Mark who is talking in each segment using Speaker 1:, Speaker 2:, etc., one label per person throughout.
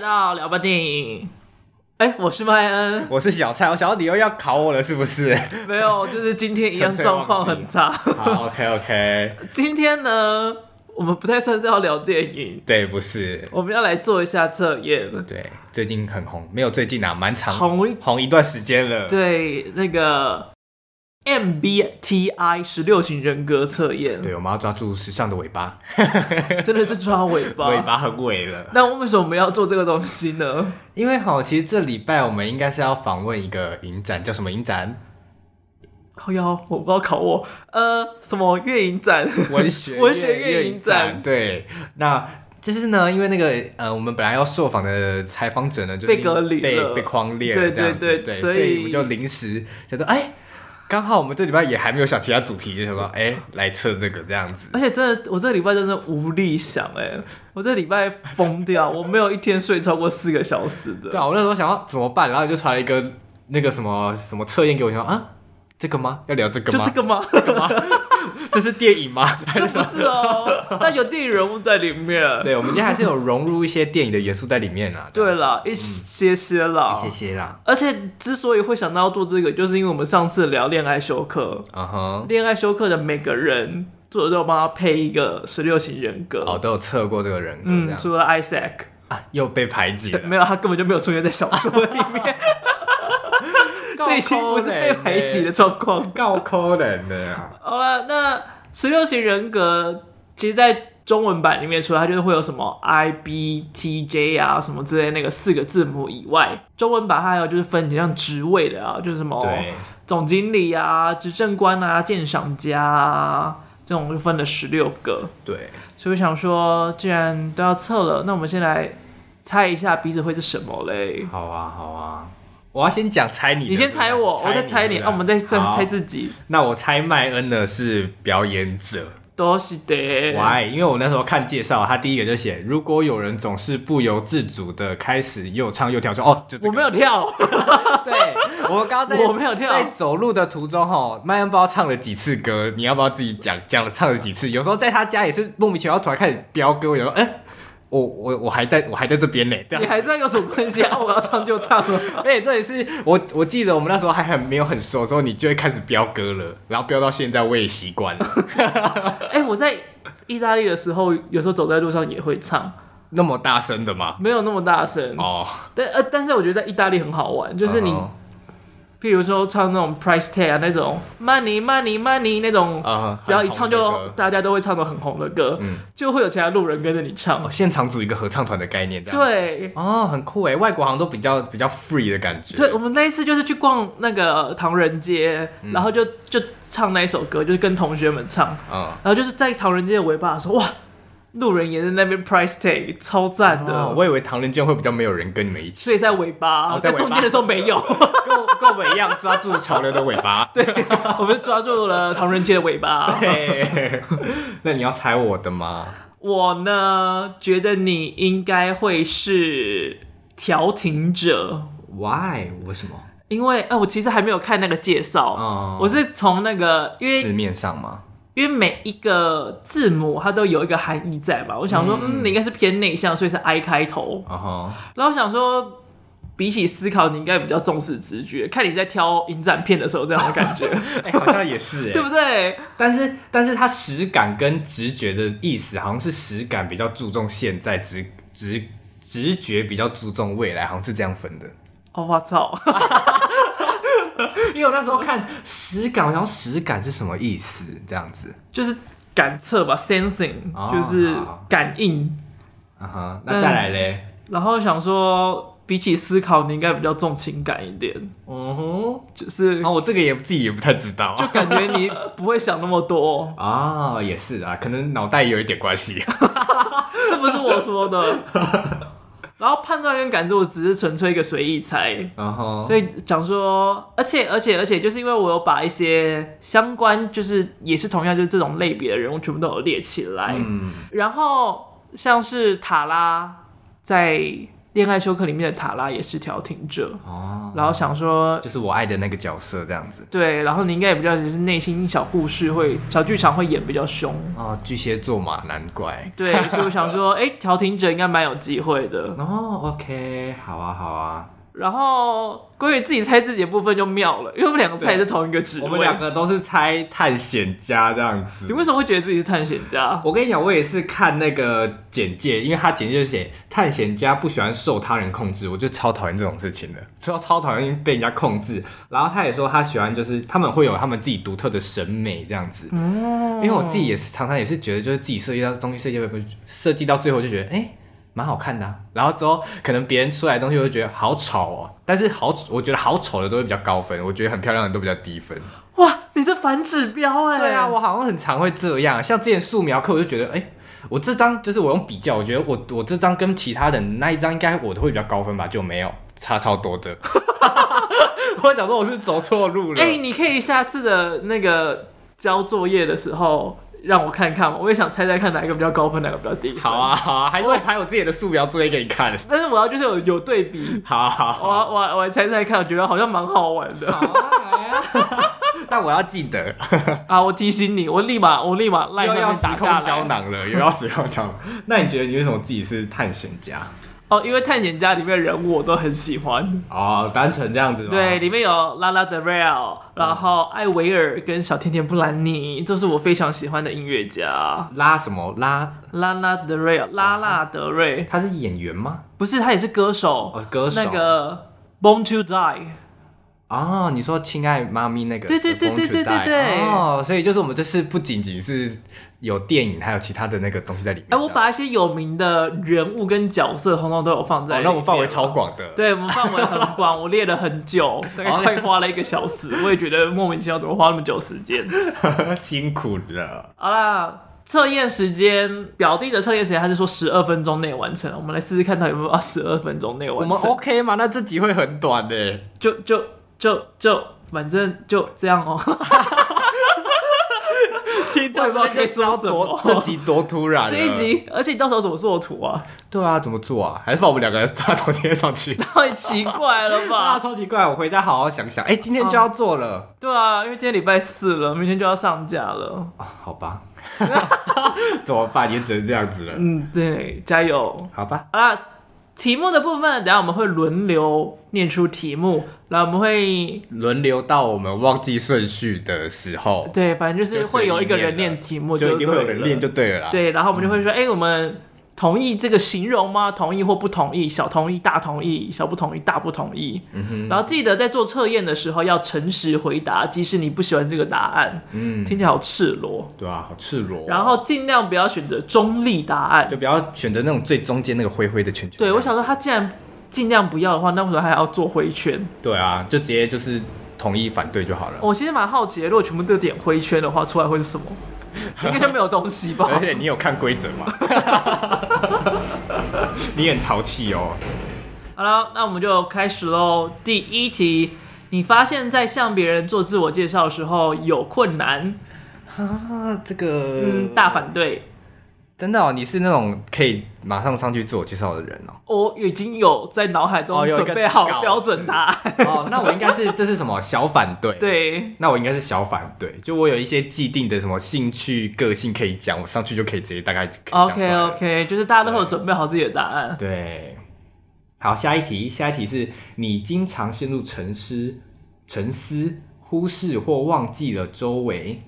Speaker 1: 到聊吧电影。哎，我是麦恩，
Speaker 2: 我是小蔡，我想到你又要考我了，是不是？
Speaker 1: 没有，就是今天一样
Speaker 2: 纯粹
Speaker 1: 状况
Speaker 2: 忘记
Speaker 1: 很差。
Speaker 2: 好，OK OK，
Speaker 1: 今天呢，我们不太算是要聊电影，
Speaker 2: 对，不是，
Speaker 1: 我们要来做一下测验。
Speaker 2: 对，最近很红，没有最近啊，蛮长
Speaker 1: 红一
Speaker 2: 红一段时间了。
Speaker 1: 对，那个 MBTI 十六型人格测验，
Speaker 2: 对，我们要抓住时尚的尾巴，
Speaker 1: 真的是抓尾巴。
Speaker 2: 尾巴很尾了。
Speaker 1: 那为什么我们要做这个东西呢？
Speaker 2: 因为好，其实这礼拜我们应该是要访问一个影展，叫什么影展？
Speaker 1: 好呀，哦我不知道考我，呃，什么月影展？
Speaker 2: 文学
Speaker 1: 文学
Speaker 2: 院
Speaker 1: 院影展
Speaker 2: 对，那就是呢，因为那个呃，我们本来要受访的采访者呢，就是
Speaker 1: 被隔离
Speaker 2: 被
Speaker 1: 了
Speaker 2: 被框列
Speaker 1: 对
Speaker 2: 了，这样子
Speaker 1: 对对
Speaker 2: 对，
Speaker 1: 所
Speaker 2: 所
Speaker 1: 以
Speaker 2: 我们就临时想说，哎，刚好我们这礼拜也还没有想其他主题，就想说，哎，来测这个这样子。
Speaker 1: 而且真的，我这礼拜真的无力想哎、我这礼拜疯掉， 我没有一天睡超过四个小时的。
Speaker 2: 对啊，我那时候想要怎么办，然后你就传了一个那个什么什么测验给我，想说啊，这个吗？要聊这个
Speaker 1: 就
Speaker 2: 吗？
Speaker 1: 这个吗？
Speaker 2: 个吗？这是电影吗？ 还
Speaker 1: 这
Speaker 2: 是什
Speaker 1: 不
Speaker 2: 么？
Speaker 1: 是哦，但有电影人物在里面。
Speaker 2: 对，我们今天还是有融入一些电影的元素在里面啊。
Speaker 1: 对了，一些些啦。
Speaker 2: 谢谢啦。
Speaker 1: 而且之所以会想到要做这个，就是因为我们上次聊恋爱休克，
Speaker 2: 嗯哼，
Speaker 1: 恋爱休克的每个人作者都有帮他配一个十六型人格。
Speaker 2: 哦，都有测过这个人格这
Speaker 1: 嗯，
Speaker 2: 样、
Speaker 1: 除了 Isaac，
Speaker 2: 啊，又被排挤了。
Speaker 1: 没有，他根本就没有出现在小说里 面，这已经不是
Speaker 2: 欸
Speaker 1: 被排挤的，状况。
Speaker 2: 够抠人啊的呀。
Speaker 1: 好了，那十六型人格，其实，在中文版里面，除了它就是会有什么 I B T J 啊什么之类那个四个字母以外，中文版它还有就是分你像职位的啊，就是什么
Speaker 2: 对，
Speaker 1: 总经理啊、执政官啊、鉴赏家啊，这种就分了十六个。
Speaker 2: 对，
Speaker 1: 所以我想说，既然都要测了，那我们先来猜一下彼此会是什么嘞？
Speaker 2: 好啊，好啊。我要先讲猜你的，
Speaker 1: 你先猜我，我再猜你，
Speaker 2: 的
Speaker 1: 啊，我们再再
Speaker 2: 好
Speaker 1: 猜自己，
Speaker 2: 那我猜麦恩呢是表演者
Speaker 1: 都是的。
Speaker 2: ，Why？因为我那时候看介绍，他第一个就写，如果有人总是不由自主的开始又唱又跳，说哦，就这个
Speaker 1: 我没有跳，
Speaker 2: 对，我刚刚在
Speaker 1: 我没有跳
Speaker 2: 在走路的途中哈，麦恩不知道唱了几次歌，你要不要自己讲讲了唱了几次？有时候在他家也是莫名其妙突然开始飙歌，我就说，哎、我我我还在我还在这边呢，这
Speaker 1: 你
Speaker 2: 样。
Speaker 1: 还知道有什么关系啊？我要唱就唱啊了。
Speaker 2: 而且这也是我我记得我们那时候还很没有很熟的时候，你就会开始飙歌了，然后飙到现在我也习惯了。
Speaker 1: 哎、我在意大利的时候，有时候走在路上也会唱，
Speaker 2: 那么大声的吗？
Speaker 1: 没有那么大声。
Speaker 2: 哦，
Speaker 1: 但呃，但是我觉得在意大利很好玩，就是你，
Speaker 2: 嗯
Speaker 1: 譬如说唱那种 price tag 啊，那种 money money money 那种，
Speaker 2: 哼啊，
Speaker 1: 只要一唱
Speaker 2: 很
Speaker 1: 就
Speaker 2: 红的歌
Speaker 1: 大家都会唱到很红的歌，
Speaker 2: 嗯
Speaker 1: 就会有其他路人跟着你唱。
Speaker 2: 哦，现场组一个合唱团的概念，这样。
Speaker 1: 对。
Speaker 2: 哦，很酷哎，外国好像都比较比较 free 的感觉。
Speaker 1: 对，我们那一次就是去逛那个唐人街，然后就就唱那一首歌，就是跟同学们唱，
Speaker 2: 嗯。
Speaker 1: 然后就是在唐人街的尾巴说，哇，路人也在那边 price tag，超赞的、
Speaker 2: 哦，我以为唐人街会比较没有人跟你们一起，
Speaker 1: 所以在尾巴，
Speaker 2: 哦
Speaker 1: 在
Speaker 2: 在尾巴
Speaker 1: 中间的时候没有。
Speaker 2: 跟我跟我们一样抓住潮流的尾巴。 对，
Speaker 1: 我们抓住了唐人街的尾 巴。
Speaker 2: 那你要猜我的吗？
Speaker 1: 我呢，觉得你应该会是调停者，
Speaker 2: Why？为什么？
Speaker 1: 因为哎、我其实还没有看那个介绍，
Speaker 2: 哦
Speaker 1: 我是从那个因
Speaker 2: 字
Speaker 1: 为
Speaker 2: 面上吗？
Speaker 1: 因为每一个字母它都有一个含义在嘛，我想说，嗯，你应该是偏内向，所以是 I 开头。
Speaker 2: 哦吼，
Speaker 1: 然后我想说。比起思考，你应该比较重视直觉。看你在挑影展片的时候，这样的 感觉，
Speaker 2: 哎，好像也 是
Speaker 1: 对
Speaker 2: 哎。
Speaker 1: 不对？
Speaker 2: 但是，但是它实感跟直觉的意思，好像是实感比较注重现在，直直直觉比较注重未来，好像是这样分的。
Speaker 1: 哦，我操！
Speaker 2: 因为我那时候看实感，我想实感是什么意思？这样子。
Speaker 1: 就是感测吧，sensing，、
Speaker 2: 哦
Speaker 1: 就是
Speaker 2: 好
Speaker 1: 感应。
Speaker 2: 啊哈，
Speaker 1: 但
Speaker 2: 那再来嘞。
Speaker 1: 然后想说，比起思考，你应该比较重情感一点，
Speaker 2: 嗯哼，
Speaker 1: 就是
Speaker 2: 然哦后我这个也自己也不太知道。。
Speaker 1: 感觉你不会想那么多
Speaker 2: 啊、也是啊，可能脑袋也有一点关系。
Speaker 1: 这不是我说的。然后判断跟感知，我只是纯粹一个随意猜。
Speaker 2: 然后，
Speaker 1: 所以讲说，而且而且而且，就是因为我有把一些相关，就是也是同样就是这种类别的人物全部都有列起来。
Speaker 2: 嗯，
Speaker 1: 然后像是塔拉在恋爱休克》里面的塔拉也是调停者，
Speaker 2: 哦，
Speaker 1: 然后想说
Speaker 2: 就是我爱的那个角色这样子。
Speaker 1: 对，然后你应该也比较，只是内心小故事会小剧场会演比较凶，
Speaker 2: 哦，巨蟹座嘛，难怪。
Speaker 1: 对，所以我想说，哎，调停者应该蛮有机会的。
Speaker 2: 哦，OK，好啊，好啊，
Speaker 1: 然后关于自己猜自己的部分就妙了，因为我们两个猜的是同一个职
Speaker 2: 我
Speaker 1: 位，
Speaker 2: 们两个都是猜探险家这样子。
Speaker 1: 你为什么会觉得自己是探险家？
Speaker 2: 我跟你讲，我也是看那个简介，因为他简介就写探险家不喜欢受他人控制，我就超讨厌这种事情的，超超讨厌被人家控制。然后他也说他喜欢就是他们会有他们自己独特的审美这样子，因为我自己也是常常也是觉得就是自己设计到东西设计到设计到最后就觉得哎。诶蛮好看的啊、然后之后可能别人出来的东西，我就觉得好丑哦。但是好，我觉得好丑的都会比较高分，我觉得很漂亮的都比较低分。
Speaker 1: 哇，你是反指标哎、
Speaker 2: 对啊，我好像很常会这样。像之前素描课，我就觉得，哎、我这张就是我用比较，我觉得我我这张跟其他人那一张应该我都会比较高分吧，就没有差超多的。 我想说我是走错路了。
Speaker 1: 哎、你可以下次的那个交作业的时候让我看看嘛，我也想猜猜看哪一个比较高分，哪个比较低。
Speaker 2: 好，啊好啊，还是我拍我自己的素描作业给你看。
Speaker 1: 但是我要就是有有对比，
Speaker 2: 好啊好啊
Speaker 1: 我我我来猜猜看，我觉得好像蛮好玩的
Speaker 2: 好啊，来啊但我要记得，
Speaker 1: 啊！我提醒你，我立马我立马赖
Speaker 2: 又
Speaker 1: 上
Speaker 2: 要
Speaker 1: 面
Speaker 2: 时
Speaker 1: 打
Speaker 2: 空
Speaker 1: 下
Speaker 2: 胶
Speaker 1: 来
Speaker 2: 囊了，又要时空胶囊。那你觉得你为什么自己是探险家？
Speaker 1: 哦，因为探险家里面的人物我都很喜欢，
Speaker 2: 哦，单纯这样子吗？
Speaker 1: 对，里面有拉拉德瑞尔，然后艾维尔跟小甜甜布兰妮，都是我非常喜欢的音乐家。
Speaker 2: 拉什么拉？
Speaker 1: 拉拉德瑞尔，拉拉德瑞
Speaker 2: 他是演员吗？
Speaker 1: 不是他也是歌手，
Speaker 2: 哦，歌手。
Speaker 1: 那个 Born to Die，
Speaker 2: 哦，你说“亲爱妈咪”那个，
Speaker 1: 对对对对对对对
Speaker 2: 哦，所以就是我们这次不仅仅是有电影，还有其他的那个东西在里面。
Speaker 1: 哎、我把一些有名的人物跟角色通通都有放在
Speaker 2: 哦，
Speaker 1: 里面、
Speaker 2: 那我们范围超。广的，，
Speaker 1: 对我们范围很广，我列了很 久，大概快花了一个小时，我也觉得莫名其妙怎么花那么久时 间。
Speaker 2: 辛苦了。
Speaker 1: 好啦，测验时间，表弟的测验时间他是说十二分钟内完成，我们来试试看到底有没有啊十二分钟内
Speaker 2: 我
Speaker 1: 完
Speaker 2: 们哦
Speaker 1: 成，
Speaker 2: OK 吗？那这集会很短的。
Speaker 1: 就就就就反正就这样 哦、
Speaker 2: 听
Speaker 1: 到这边就知道什么
Speaker 2: 这集多突然了。啊
Speaker 1: 这一集，而且你到时候怎么做图啊？
Speaker 2: 对啊，怎么做啊？还是把我们两个大头贴上 去？
Speaker 1: 太奇怪了
Speaker 2: 啊，
Speaker 1: 吧？
Speaker 2: 超奇怪！我回家好好想想。哎，今天就要做了
Speaker 1: 对啊，因为今天礼拜四了，明天就要上架了。
Speaker 2: 啊，好吧， 怎么办？也只能这样子了。
Speaker 1: 嗯，对，加油！
Speaker 2: 好吧，
Speaker 1: 好啦，题目的部分，等一下我们会轮流念出题目，然后我们会
Speaker 2: 轮流到我们忘记顺序的时候。
Speaker 1: 对，反正就
Speaker 2: 就是随意
Speaker 1: 会有一个人
Speaker 2: 念了
Speaker 1: 念题目
Speaker 2: 就一定会有
Speaker 1: 对
Speaker 2: 人
Speaker 1: 了
Speaker 2: 练就嗯对了啦。，
Speaker 1: 对，然后我们就会说，哎、我们同意这个形容吗？同意或不同意？小同意、大同意、小不同意、大不同意。
Speaker 2: 嗯
Speaker 1: 然后记得在做测验的时候要诚实回答，即使你不喜欢这个答案，
Speaker 2: 嗯，
Speaker 1: 听起来好赤裸。
Speaker 2: 对啊，好赤裸哦、
Speaker 1: 然后尽量不要选择中立答案
Speaker 2: 就。不要选择那种最中间那个灰灰的圈圈。
Speaker 1: 对，我想说，他既然尽量不要的话，那为什么还要做灰圈？
Speaker 2: 对啊，就直接就是同意反对就好了。
Speaker 1: 我其实蛮好奇的，如果全部都点灰圈的话，出来会是什 么？应该就没有东西吧
Speaker 2: 而？且你有看规则吗？ 你很淘气哦。
Speaker 1: 好了，那我们就开始喽。第一题，你发现在向别人做自我介绍的时候有困难，
Speaker 2: 啊，这个
Speaker 1: 嗯，大反对。
Speaker 2: 真的哦，你是那种可以马上上去自我介绍的人哦。
Speaker 1: 我已经有在脑海
Speaker 2: 哦
Speaker 1: 中
Speaker 2: 有一个
Speaker 1: 准备好
Speaker 2: 稿子
Speaker 1: 标准答 案。
Speaker 2: 哦，那我应该是这是什么小反对？。
Speaker 1: 对，
Speaker 2: 那我应该是小反对，就我有一些既定的什么兴趣、个性可以讲，我上去就可以直接大概可以讲出来
Speaker 1: OK
Speaker 2: 了
Speaker 1: OK，就是大家都会有准备好自己的答案。
Speaker 2: 对，好，下一题，下一题是你经常陷入沉思、沉思、忽视或忘记了周围。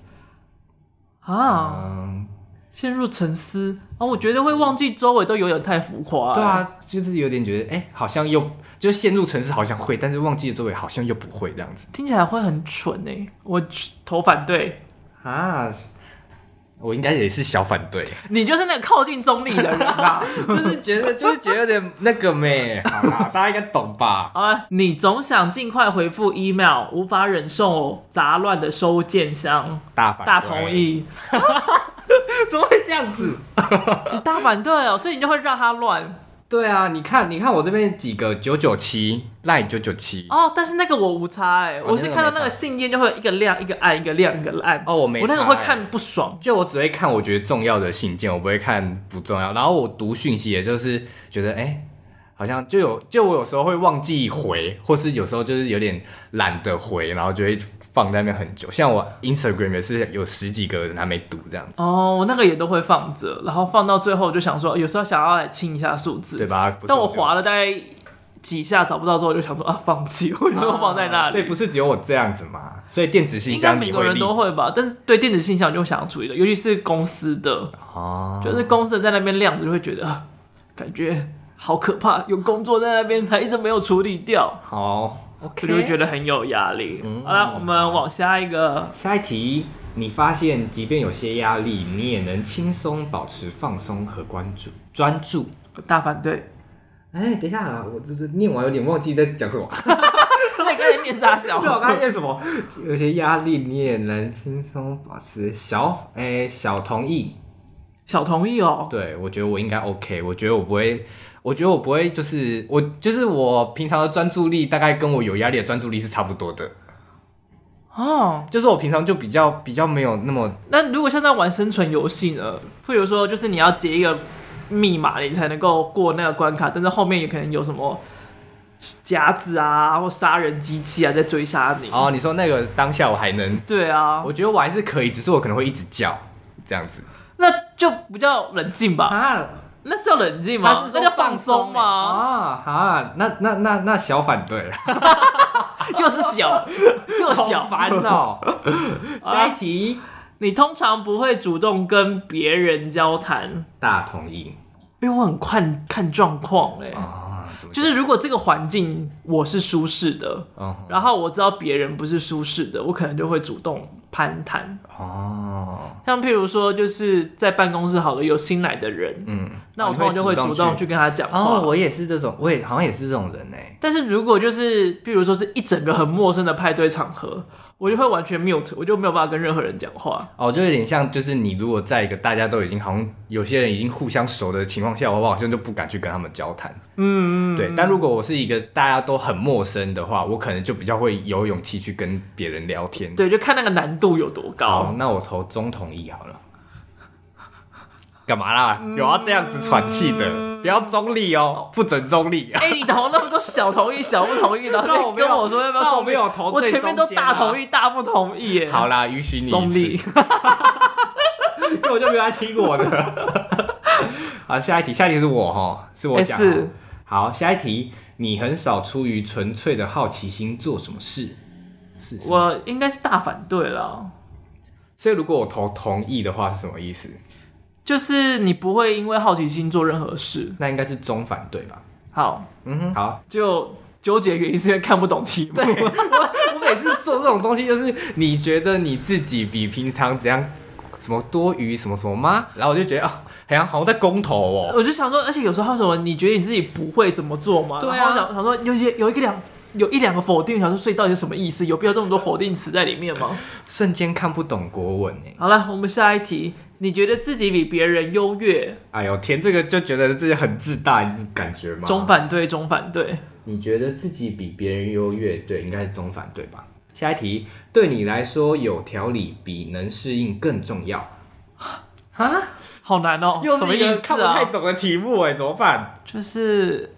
Speaker 1: 啊，
Speaker 2: 嗯，
Speaker 1: 陷入沉思哦，我觉得会忘记周围都有点太浮夸。
Speaker 2: 对，啊，就是有点觉得，哎、好像又就陷入沉思，好像会，但是忘记了周围，好像又不会这样子
Speaker 1: 听起来会很蠢哎、我投反对，
Speaker 2: 啊。我应该也是小反对，
Speaker 1: 你就是那个靠近中立的人啊。
Speaker 2: 就是觉得就是觉得有点那个咩，好啦，大家应该懂吧？
Speaker 1: 好了，你总想尽快回复 email，无法忍受杂乱的收件箱，
Speaker 2: 大反
Speaker 1: 大
Speaker 2: 对
Speaker 1: 同，意，
Speaker 2: 怎么会这样子？
Speaker 1: 你大反对哦，所以你就会让他乱
Speaker 2: 对啊，你看你看我这边几个九九七赖九九七
Speaker 1: 哦。但是那个我无差哎、
Speaker 2: 哦
Speaker 1: 我是看到
Speaker 2: 那个没差
Speaker 1: 那个信件就会有一个亮一个暗，一个亮一个暗。
Speaker 2: 哦我没
Speaker 1: 我那个
Speaker 2: 差
Speaker 1: 会
Speaker 2: 欸
Speaker 1: 看不爽。
Speaker 2: 就我只会看我觉得重要的信件，我不会看不重要。然后我读讯息，也就是觉得哎、好像就有就我有时候会忘记回，或是有时候就是有点懒得回，然后就会放在那边很久。像我 Instagram 也是有十几个人还没读这样子，
Speaker 1: 哦，我那个也都会放着，然后放到最后就想说，有时候想要来清一下数
Speaker 2: 对
Speaker 1: 字，
Speaker 2: 吧？不是
Speaker 1: 但我
Speaker 2: 只有
Speaker 1: 划了大概几下找不到之后，我就想说啊，放弃， 我就放在那
Speaker 2: 所以
Speaker 1: 里。
Speaker 2: 不是只有我这样子嘛？所以电子信
Speaker 1: 应该
Speaker 2: 箱
Speaker 1: 每
Speaker 2: 你
Speaker 1: 个
Speaker 2: 会
Speaker 1: 人
Speaker 2: 立
Speaker 1: 都会吧，但是对电子信箱我就想要处理的，尤其是公司的，
Speaker 2: 哦，
Speaker 1: 就是公司的在那边晾着，就会觉得啊感觉好可怕，有工作在那边，他一直没有处理掉，
Speaker 2: 好
Speaker 1: 我
Speaker 2: ，OK。
Speaker 1: 就会觉得很有压力。
Speaker 2: 嗯
Speaker 1: 好了，我们往下一个，
Speaker 2: 下一题，你发现即便有些压力，你也能轻松保持放松和关注专注。
Speaker 1: 大反对。
Speaker 2: 哎、等一下啊，我就是念完有点忘记在讲什么。
Speaker 1: 那你刚才念傻笑
Speaker 2: 对，我刚才念什么？ 有些压力你也能轻松保持小哎、小同意。
Speaker 1: 小同意哦。
Speaker 2: 对，我觉得我应该 OK，我觉得我不会，我觉得我不会，就是我就是我平常的专注力大概跟我有压力的专注力是差不多的，
Speaker 1: 哦，
Speaker 2: 就是我平常就比较比较没有那么
Speaker 1: 那如果像在玩生存游戏呢？譬如说，就是你要解一个密码，你才能够过那个关卡，但是后面也可能有什么夹子啊，或杀人机器啊在追杀你。
Speaker 2: 哦，你说那个当下我还能，
Speaker 1: 对啊，
Speaker 2: 我觉得我还是可以，只是我可能会一直叫这样子
Speaker 1: 那就不叫冷静吧？
Speaker 2: 啊。
Speaker 1: 那叫冷静吗？那叫放松吗？
Speaker 2: 啊哈，那那那那小反对了，
Speaker 1: 又是 小，又小
Speaker 2: 欸好烦。哦。 下一题，
Speaker 1: 你通常不会主动跟别人交谈，
Speaker 2: 大同意
Speaker 1: 因为我很看看状况哎、
Speaker 2: 啊，怎么
Speaker 1: 就是如果这个环境我是舒适的，
Speaker 2: 讲哦
Speaker 1: 然后我知道别人不是舒适的，我可能就会主动攀谈。
Speaker 2: 哦，
Speaker 1: 像譬如说，就是在办公室好了，有新来的人，
Speaker 2: 嗯，
Speaker 1: 那我通常就会主动去跟他讲话。
Speaker 2: 哦，我也是这种，我也好像也是这种人哎。
Speaker 1: 但是如果就是譬如说是一整个很陌生的派对场合，我就会完全 mute，我就没有办法跟任何人讲话。
Speaker 2: 哦，就有点像，就是你如果在一个大家都已经好像有些人已经互相熟的情况下，我好像就不敢去跟他们交谈。嗯，对。但如果我是一个大家都很陌生的话，我可能就比较会有勇气去跟别人聊天。，
Speaker 1: 对，就看那个难度有多高。
Speaker 2: 好，那我投中同意好了。 干嘛啦？有要这样子喘气的，不要中立哦，不准中立。
Speaker 1: 哎、你投那么多小同意、小不同意， 然后
Speaker 2: 那我
Speaker 1: 再
Speaker 2: 没有
Speaker 1: 跟我说要不要
Speaker 2: 那我
Speaker 1: 中立
Speaker 2: 没有投
Speaker 1: 我
Speaker 2: 最
Speaker 1: 前面都
Speaker 2: 中间
Speaker 1: 大
Speaker 2: 啊
Speaker 1: 同意、大不同意耶。
Speaker 2: 好啦，允许你一
Speaker 1: 啊中
Speaker 2: 次
Speaker 1: 立，
Speaker 2: 因 为我就没有来听我的。 好，下一题，下一题是我哈，是我
Speaker 1: 哎
Speaker 2: 讲、
Speaker 1: 是。
Speaker 2: 好，下一题，你很少出于纯粹的好奇心做什么事？是什么
Speaker 1: 我应该是大反对啦。
Speaker 2: 所以如果我投同意的话是什么意思？
Speaker 1: 就是你不会因为好奇心做任何事。
Speaker 2: 那应该是中反对吧？
Speaker 1: 好，
Speaker 2: 嗯哼，好。
Speaker 1: 就纠结原因是因为看不懂题目。
Speaker 2: 我每次做这种东西，就是你觉得你自己比平常怎样，什么多余什么什么吗？然后我就觉得啊，好像好像在公投哦。
Speaker 1: 我就想说，而且有时候为什么你觉得你自己不会怎么做嘛？
Speaker 2: 对啊
Speaker 1: 然后我想想说有一有一个两有一两个否定，想说所以到底是什么意思？有必要这么多否定词在里面 吗？
Speaker 2: 瞬间看不懂国文哎。
Speaker 1: 好了，我们下一题，你觉得自己比别人优越？
Speaker 2: 哎呦，填这个就觉得自己很自大，你感觉吗？
Speaker 1: 中反对，中反对。
Speaker 2: 你觉得自己比别人优越，对，应该是中反对吧？下一题，对你来说有条理比能适应更重要啊？
Speaker 1: 好难哦、
Speaker 2: 又
Speaker 1: 什么
Speaker 2: 是一
Speaker 1: 意
Speaker 2: 个
Speaker 1: 思
Speaker 2: 看不太
Speaker 1: 啊？
Speaker 2: 懂的题目哎，怎么办？
Speaker 1: 就是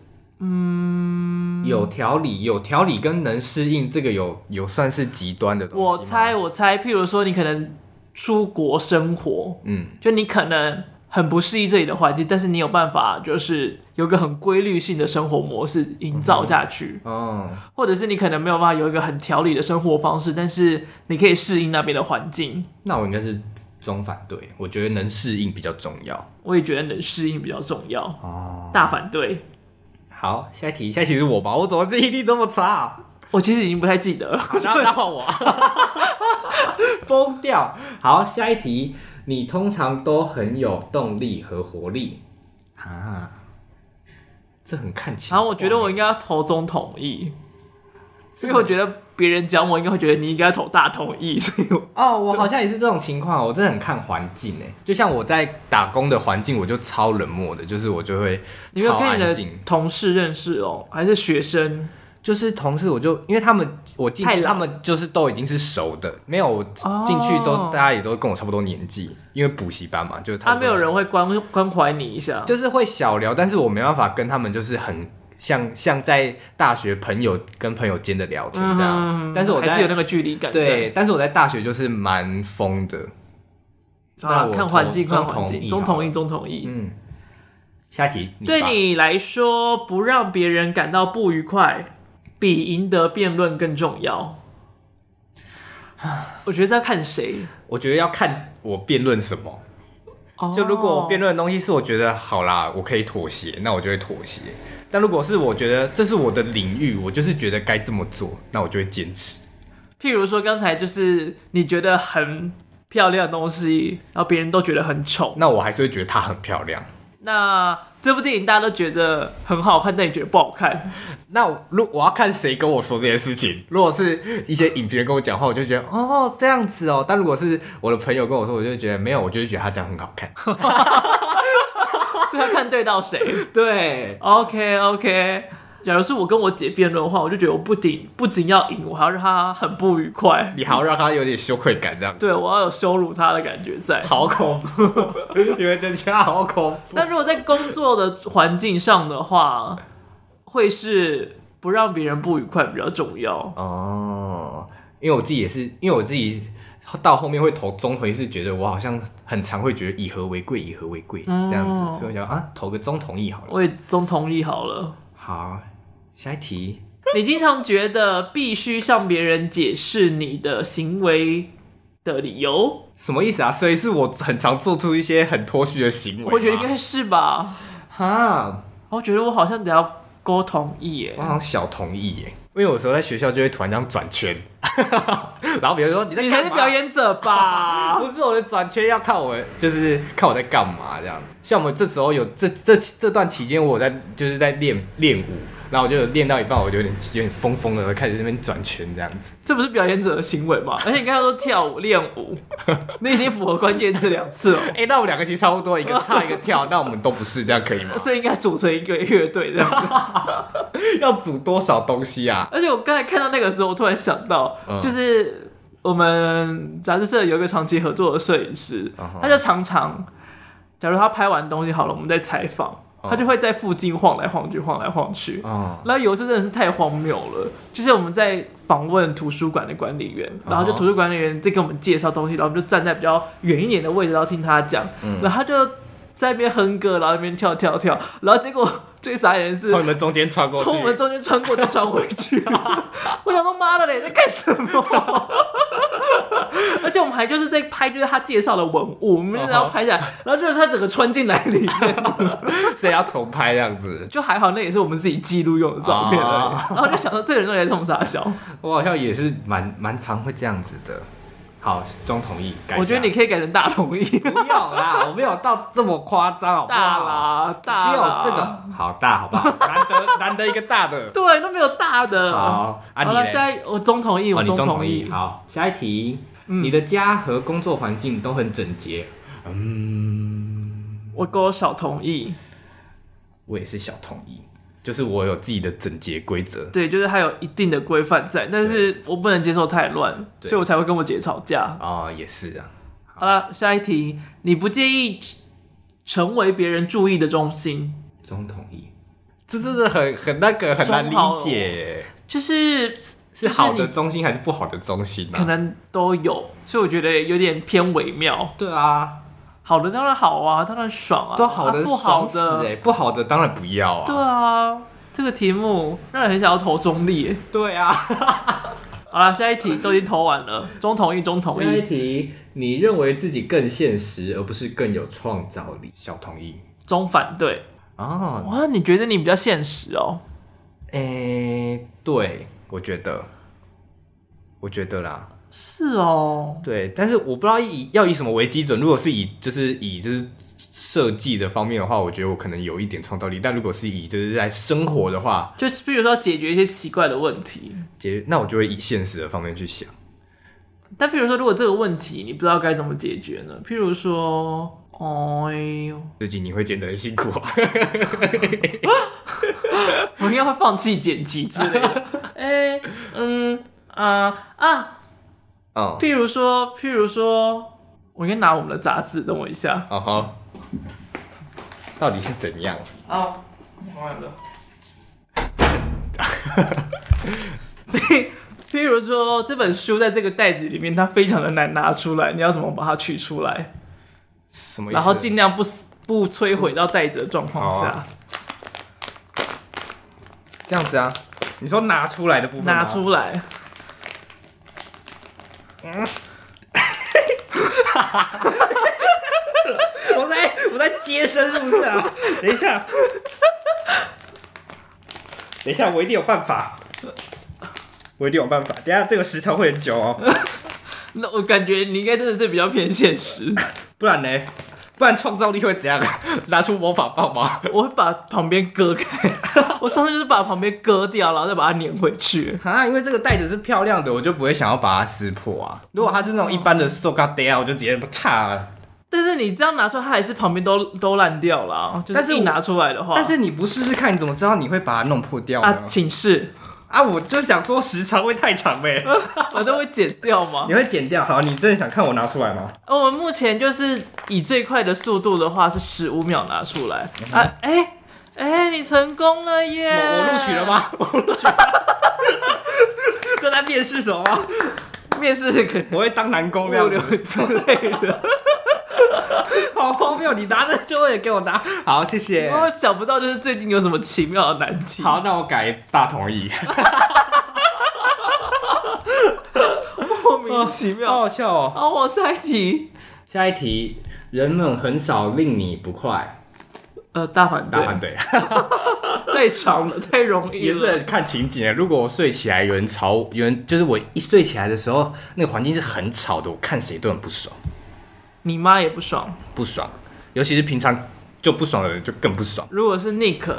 Speaker 2: 有条理，有条理跟能适应这个有有算是极端的东西吗
Speaker 1: 我猜，，我猜，譬如说你可能出国生活，
Speaker 2: 嗯，
Speaker 1: 就你可能很不适应这里的环境，但是你有办法，就是有个很规律性的生活模式营造下去，
Speaker 2: 哦，
Speaker 1: 或者是你可能没有办法有一个很条理的生活方式，但是你可以适应那边的环境。
Speaker 2: 那我应该是中反对，我觉得能适应比较重要
Speaker 1: 我也觉得能适应比较重要。
Speaker 2: 哦。
Speaker 1: 大反对，
Speaker 2: 好，下一题，下一题是我吧？我怎么记忆力这么差啊、
Speaker 1: 我其实已经不太记得了。
Speaker 2: 好，那那换我，疯掉。好，下一题，你通常都很有动力和活力啊，这很看情
Speaker 1: 然
Speaker 2: 况。
Speaker 1: 啊后我觉得我应该要投中统 一，因
Speaker 2: 这
Speaker 1: 为
Speaker 2: 个
Speaker 1: 我觉得别人讲我应该会觉得你应该投大统一， 所以我
Speaker 2: 哦，我好像也是这种情况，我真的很看环境诶。就像我在打工的环境，我就超冷漠的，就是我就会
Speaker 1: 你没
Speaker 2: 超
Speaker 1: 有跟你
Speaker 2: 安
Speaker 1: 的
Speaker 2: 静。
Speaker 1: 同事认识哦，还是学生？
Speaker 2: 就是同事，我就因为他们我进
Speaker 1: 太
Speaker 2: 去，
Speaker 1: 老
Speaker 2: 他们就是都已经是熟的，没有我
Speaker 1: 哦
Speaker 2: 进去都、大家也都跟我差不多年纪，因为补习班嘛，就是差
Speaker 1: 他
Speaker 2: 不
Speaker 1: 啊没
Speaker 2: 多
Speaker 1: 有
Speaker 2: 年纪
Speaker 1: 人会关关怀你一下，
Speaker 2: 就是会小聊，但是我没办法跟他们就是很像像在大学朋友跟朋友间的聊天这样。
Speaker 1: 嗯
Speaker 2: 但是我
Speaker 1: 还
Speaker 2: 在
Speaker 1: 是有那个距离感在。
Speaker 2: 对，但是我在大学就是蛮疯的。那
Speaker 1: 啊，
Speaker 2: 我
Speaker 1: 看
Speaker 2: 同
Speaker 1: 环境，看
Speaker 2: 中
Speaker 1: 环境，中
Speaker 2: 中
Speaker 1: 同
Speaker 2: 同
Speaker 1: 意，
Speaker 2: 意
Speaker 1: 中同意。
Speaker 2: 嗯，下题，
Speaker 1: 对
Speaker 2: 吧
Speaker 1: 你来说，不让别人感到不愉快，比赢得辩论更重 要。我觉得这要看谁。
Speaker 2: 我觉得要看我辩论什么。
Speaker 1: 哦
Speaker 2: 就如果我辩
Speaker 1: 论，
Speaker 2: 论的东西是我觉得好啦，我可以妥协，那我就会妥协。但如果是我觉得这是我的领域，我就是觉得该这么做，那我就会坚持。
Speaker 1: 譬如说刚才就是你觉得很漂亮的东西，然后别人都觉得很丑，
Speaker 2: 那我还是会觉得它很漂亮。
Speaker 1: 那这部电影大家都觉得很好看，但你觉得不好看，
Speaker 2: 那如我要看谁跟我说这件事情，如果是一些影评人跟我讲话，我就觉得哦这样子哦。但如果是我的朋友跟我说，我就觉得没有，我就是觉得他这样很好看。
Speaker 1: 所以要看对到谁。
Speaker 2: 对，
Speaker 1: OK OK，假如是我跟我姐辩论的话，我就觉得我不仅不仅要赢，我还要让她很不愉快。
Speaker 2: 你还要让他有点羞愧感，这样子
Speaker 1: 对我要有羞辱她的感觉在。
Speaker 2: 好恐 怖，你们真的好恐怖。
Speaker 1: 那如果在工作的环境上的话，会是不让别人不愉快比较重要。
Speaker 2: 哦，因为我自己也是，因为我自己到后面会投综合，是觉得我好像很常会觉得以和为贵，以和为贵、这样子，所以我想啊，投个中同意好了。
Speaker 1: 我也总同意好了。
Speaker 2: 好，下一题，
Speaker 1: 你经常觉得必须向别人解释你的行为的理由，
Speaker 2: 什么意思啊？所以是我很常做出一些很脱序的行为吗。
Speaker 1: 我觉得应该是吧。
Speaker 2: 哈，
Speaker 1: 我觉得我好像得要沟同意耶
Speaker 2: 我。好像小同意耶，因为有时候在学校就会突然这样转圈， 然后比如说你在
Speaker 1: 你才
Speaker 2: 干
Speaker 1: 是
Speaker 2: 嘛
Speaker 1: 表演者吧？
Speaker 2: 不是我的转圈要看我，就是 看我在干嘛这样子。像我们这时候有这这这段期间，我有在就是在练练舞，然后我就有练到一半，我就有点有点疯疯的，开始在那边转圈这 样子。
Speaker 1: 这不是表演者的行 为吗？而且你刚才说跳舞、练舞，你已经符合关键字两次 了，
Speaker 2: 哎、那我们两个其实差不多，一个唱一个跳， 那我们都不 是，这样可以吗？
Speaker 1: 所以应该组成一个乐队这样 子。
Speaker 2: 要煮多少东西啊？
Speaker 1: 而且我刚才看到那个时候，我突然想到，
Speaker 2: 嗯
Speaker 1: 就是我们杂志社有一个长期合作的摄影师
Speaker 2: 嗯哼
Speaker 1: 他就常常，假如他拍完东西好了，我们在采访，
Speaker 2: 嗯
Speaker 1: 他就会在附近晃来晃去，晃来晃去。
Speaker 2: 哦，
Speaker 1: 然后有一次真的是太荒谬了，就是我们在访问图书馆的管理员，然后就
Speaker 2: 哦
Speaker 1: 图书管理员在给我们介绍东西，然后我们就站在比较远一点的位置，然后听他讲，
Speaker 2: 嗯
Speaker 1: 然后他就在那边哼歌，然后那边跳跳跳，然后结果 最傻眼的是
Speaker 2: 从你们中间穿过去，
Speaker 1: 从我们中间穿过再穿回去、啊。 我想说妈的嘞，在干什么？ 而且我们还就是在拍，就是他介绍的文物，我们
Speaker 2: 啊
Speaker 1: 就是要拍下来，然后就是他整个穿进来里面，
Speaker 2: 所以要重拍这样子。
Speaker 1: 就还好，那也是我们自己记录用的照片而已。
Speaker 2: 哦
Speaker 1: 然后我就想说，这个人到底在冲啥笑？
Speaker 2: 我好像也是蛮蛮常会这样子的。好，中同意。改一下
Speaker 1: 我觉得你可以改成大同意，
Speaker 2: 不要啦， 我没有到这么夸张，好不好
Speaker 1: 大啦大
Speaker 2: 只有
Speaker 1: 啦
Speaker 2: 这个好大，好不好？难得难得一个大的。
Speaker 1: 对，都没有大的。
Speaker 2: 好，
Speaker 1: 好
Speaker 2: 啊你
Speaker 1: 了，
Speaker 2: 嘞
Speaker 1: 现在我中同意，
Speaker 2: 哦
Speaker 1: 我
Speaker 2: 你中
Speaker 1: 同
Speaker 2: 意。好，下一题，
Speaker 1: 嗯
Speaker 2: 你的家和工作环境都很整洁。
Speaker 1: 我跟我小同意。
Speaker 2: 我也是小同意，就是我有自己的整洁规则。
Speaker 1: 对，就是它有一定的规范在，但是我不能接受太乱，
Speaker 2: 对
Speaker 1: 所以我才会跟我姐吵架。
Speaker 2: 哦，也是啊。
Speaker 1: 好了，下一题，你不介意成为别人注意的中心？
Speaker 2: 中同意，这真的很很那个很难理解，
Speaker 1: 就是
Speaker 2: 是好的
Speaker 1: 就是
Speaker 2: 中心还是不好的中心
Speaker 1: 你
Speaker 2: 啊呢、
Speaker 1: 可能都有，所以我觉得有点偏微妙。
Speaker 2: 对啊，
Speaker 1: 好的当然好啊，当然爽啊，
Speaker 2: 都好的
Speaker 1: 啊、不好
Speaker 2: 爽死
Speaker 1: 的，
Speaker 2: 欸不好的当然不要啊。
Speaker 1: 对啊，这个题目让人很想要投中立 耶。
Speaker 2: 对啊。
Speaker 1: 好了，下一题都已经投完了，中同意，中同
Speaker 2: 下一
Speaker 1: 意，
Speaker 2: 题，你认为自己更现实，而不是更有创造力？小同意
Speaker 1: 中反对。
Speaker 2: 哦，
Speaker 1: 哇，你觉得你比较现实哦？
Speaker 2: 诶、对，我觉得，我觉得啦，
Speaker 1: 是哦，
Speaker 2: 对，但是我不知道以要以什么为基准。如果是以就是以就是设计的方面的话，我觉得我可能有一点创造力，但如果是以就是在生活的话，
Speaker 1: 就比如说解决一些奇怪的问题，
Speaker 2: 解那我就会以现实的方面去想。
Speaker 1: 但譬如说，如果这个问题你不知道该怎么解决呢？譬如说，哎呦，
Speaker 2: 最近你会觉得很辛苦啊，
Speaker 1: 我应该会放弃剪辑之类 的。哎、嗯啊、啊，
Speaker 2: 嗯，
Speaker 1: 譬如说，譬如说，我应该拿我们的杂志，等我一下。
Speaker 2: 哦吼，到底是怎样？
Speaker 1: 啊，完了。譬如说，这本书在这个袋子里面，它非常的难拿出来，你要怎么把它取出来？
Speaker 2: 什么意思？
Speaker 1: 然后尽量不撕不摧毁到袋子的状况下，
Speaker 2: 哦这样子啊？你说拿出来的部分吗
Speaker 1: 拿出来。
Speaker 2: 我在我在接生是不是啊？等一下， 等一下，我一定有办法，我一定有办法。等一下这个时长会很久哦，
Speaker 1: 那我感觉你应该真的是比较偏现 实，
Speaker 2: 不然呢？不然创造力会怎样？ 拿出魔法棒吗？
Speaker 1: 我会把旁边割开。 我上次就是把旁边割掉，然后再把它粘回去。
Speaker 2: 啊，因为这个袋子是漂亮的，我就不会想要把它撕破啊。如果它是那种一般的塑胶袋啊，我就直接不差了。
Speaker 1: 但是你这样拿出来，它还是旁边都都烂掉了啊、就
Speaker 2: 但是
Speaker 1: 是一
Speaker 2: 我
Speaker 1: 拿出来的话，
Speaker 2: 但是你不试试看，你怎么知道你会把它弄破掉呢？
Speaker 1: 啊，请示，
Speaker 2: 啊，我就想说时长会太长呗、
Speaker 1: 我都会剪掉吗？
Speaker 2: 你会剪掉。好，你真的想看我拿出来吗？
Speaker 1: 呃我们目前就是以最快的速度的话是十五秒拿出来啊，哎、哎、你成功了耶！
Speaker 2: 嗯我我录取了？吗？ 我录取了。正在面试什么吗？
Speaker 1: 面试可能
Speaker 2: 我会当男工这
Speaker 1: 物流
Speaker 2: 样子。
Speaker 1: 之类 的，
Speaker 2: 好荒谬！你拿着就会给我拿。好，谢谢。
Speaker 1: 我想不到就是最近有什么奇妙的难题。，
Speaker 2: 好，那我改大同意。
Speaker 1: 莫名其
Speaker 2: 好
Speaker 1: 妙。
Speaker 2: 好笑哦。
Speaker 1: 好，我下一题，
Speaker 2: 下一题，人们很少令你不快。
Speaker 1: 呃，大反
Speaker 2: 大
Speaker 1: 对，
Speaker 2: 反对，
Speaker 1: 太长了，太容易
Speaker 2: 也是
Speaker 1: 了。
Speaker 2: 很看情景耶。啊如果我睡起来有人吵，有人就是我一睡起来的时候，那个环境是很吵的，我看谁都很不爽，
Speaker 1: 你妈也不爽。
Speaker 2: 不爽。尤其是平常就不爽的人，就更不爽
Speaker 1: 如果是 Nick，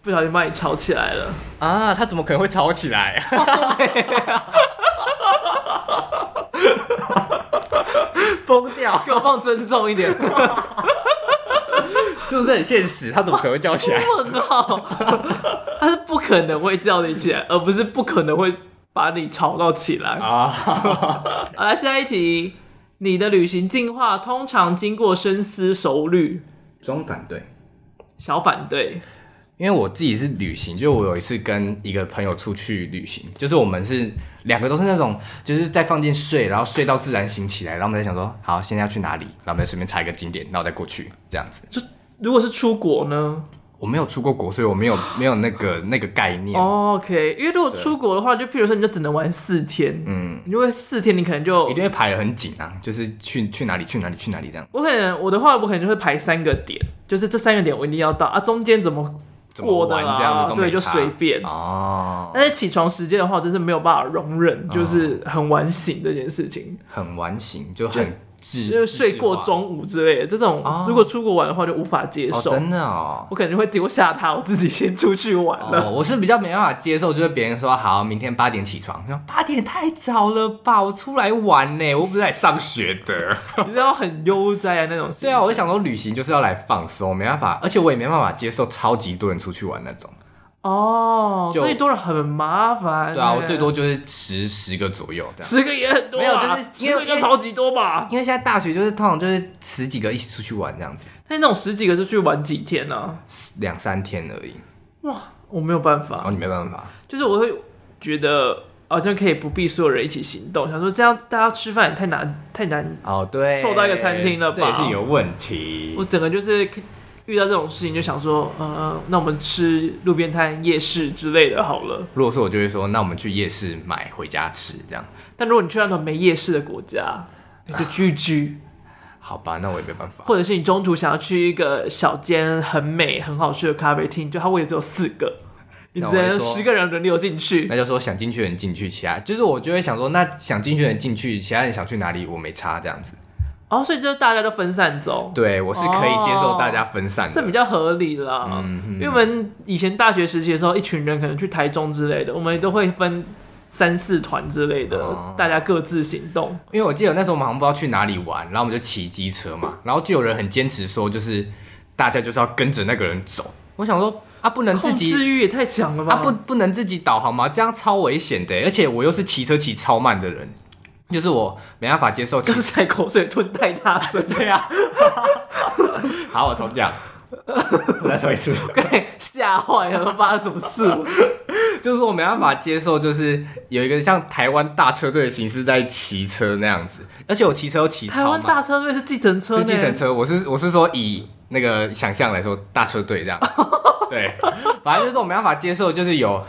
Speaker 1: 不小心把你吵起来了，
Speaker 2: 啊！他怎么可能会吵起来？
Speaker 1: 疯掉，给我放尊重 一点。
Speaker 2: 是不是很现实？他怎么可能会叫起来？
Speaker 1: 我靠，他是不可能会叫你起来，而不是不可能会把你吵到起来。
Speaker 2: 啊，
Speaker 1: 好来下一题，你的旅行计划通常经过深思熟虑，
Speaker 2: 中反对。
Speaker 1: 小反对，
Speaker 2: 因为我自己是旅行，就我有一次跟一个朋友出去旅行，就是我们是两个都是那种就是在饭店睡，然后睡到自然醒起来，然后我们在想说，好，现在要去哪里？然后我们再随便查一个景点，然后再过去这样子。
Speaker 1: 就如果是出国呢、
Speaker 2: 我没有出过国，所以我没有没有那个那个概念。
Speaker 1: o k 哦因为如果出国的话，就譬如说你就只能玩四天，嗯，因为四天你可能就
Speaker 2: 一定会排得很紧啊，就是去去哪里去哪里去哪里这样。
Speaker 1: 我可能我的话，我可能就会排三个点，就是这三个点我一定要到啊，中间怎么
Speaker 2: 怎么
Speaker 1: 过的
Speaker 2: 玩这样
Speaker 1: 啦，
Speaker 2: 子都没
Speaker 1: 对，就
Speaker 2: 差
Speaker 1: 随便。
Speaker 2: 哦，
Speaker 1: 但是起床时间的话，我真是没有办法容忍，就是很晚醒这件事情，
Speaker 2: 很完形，就很自
Speaker 1: 就是睡过
Speaker 2: 中
Speaker 1: 中午之类的这种
Speaker 2: 哦，
Speaker 1: 如果出国玩的话就无法接
Speaker 2: 哦，
Speaker 1: 受，
Speaker 2: 真的哦。
Speaker 1: 我可能会丢下他，我自己先出去玩了。
Speaker 2: 哦，我是比较没办法接受，就是别人说好，明天八点起床，说八点太早了吧，我出来玩呢，我不是来上 学的。
Speaker 1: 你知道很悠哉的那种，
Speaker 2: 对啊，我就想说旅行就是要来放松，没办法，而且我也没办法接受超级多人出去玩那种。
Speaker 1: 哦，
Speaker 2: 就
Speaker 1: 这里多人很麻烦欸。
Speaker 2: 对啊，我最多就是十十个左右这样。
Speaker 1: 十个也很多
Speaker 2: 没有
Speaker 1: 啊，
Speaker 2: 就是因
Speaker 1: 十
Speaker 2: 为
Speaker 1: 个就超级多吧。
Speaker 2: 因为现在大学就是通常就是十几个一起出去玩这样子，
Speaker 1: 但那种十几个就去玩几天呢、啊？
Speaker 2: 两三天而已，
Speaker 1: 哇，我哦没有办法
Speaker 2: 然，后你没办法。
Speaker 1: 就是我会觉得好像可以不必所有人一起行动，想说这样大家吃饭也太难太难，
Speaker 2: 哦，对，
Speaker 1: 凑到一个餐厅了吧
Speaker 2: 这也是一个问题
Speaker 1: 我。整个就是遇到这种事情就想说，呃，那我们吃路边摊、夜市之类的好了。
Speaker 2: 如果是我就会说，那我们去夜市买回家吃这样。
Speaker 1: 但如果你去那种没夜市的国家，你就居居，
Speaker 2: 好吧，那我也没办法。
Speaker 1: 或者是你中途想要去一个小间很美很好吃的咖啡厅，就它位置只有四个，你只
Speaker 2: 那我会
Speaker 1: 能
Speaker 2: 说
Speaker 1: 十个人轮流进去。
Speaker 2: 那就说想进去的人进去，其他就是我就会想说，那想进去的人进去，其他人想去哪里我没差这样子。
Speaker 1: 哦，所以就是大家都分散走。
Speaker 2: 对我是可以接受大家分散的，
Speaker 1: 这比较合理啦，
Speaker 2: 嗯
Speaker 1: 因为我们以前大学时期的时候，一群人可能去台中之类的，我们都会分三四团之类的，
Speaker 2: 哦
Speaker 1: 大家各自行动。
Speaker 2: 因为我记得那时候我们好像不知道去哪里玩，然后我们就骑机车嘛，然后就有人很坚持说，就是大家就是要跟着那个人走。我想说啊，不能自
Speaker 1: 控制
Speaker 2: 己
Speaker 1: 欲也太强了吧？
Speaker 2: 啊不不能自己导航吗？这样超危险的，而且我又是骑车骑超慢的人，就是我没办法接受骑
Speaker 1: 刚才口水吞太大声。
Speaker 2: 对啊，好，我重讲。 再说一次，
Speaker 1: 对，啊吓坏了，发生什么事？
Speaker 2: 就是我没办法接受，就是有一个像台湾大车队的形式在骑车那样子，而且我骑车又骑
Speaker 1: 台
Speaker 2: 超
Speaker 1: 湾
Speaker 2: 慢，
Speaker 1: 大车队是计程车
Speaker 2: 是
Speaker 1: 呢，
Speaker 2: 计程车，我是我是说以那个想象来说，大车队这 样，对，反正就是我没办法接受，就是有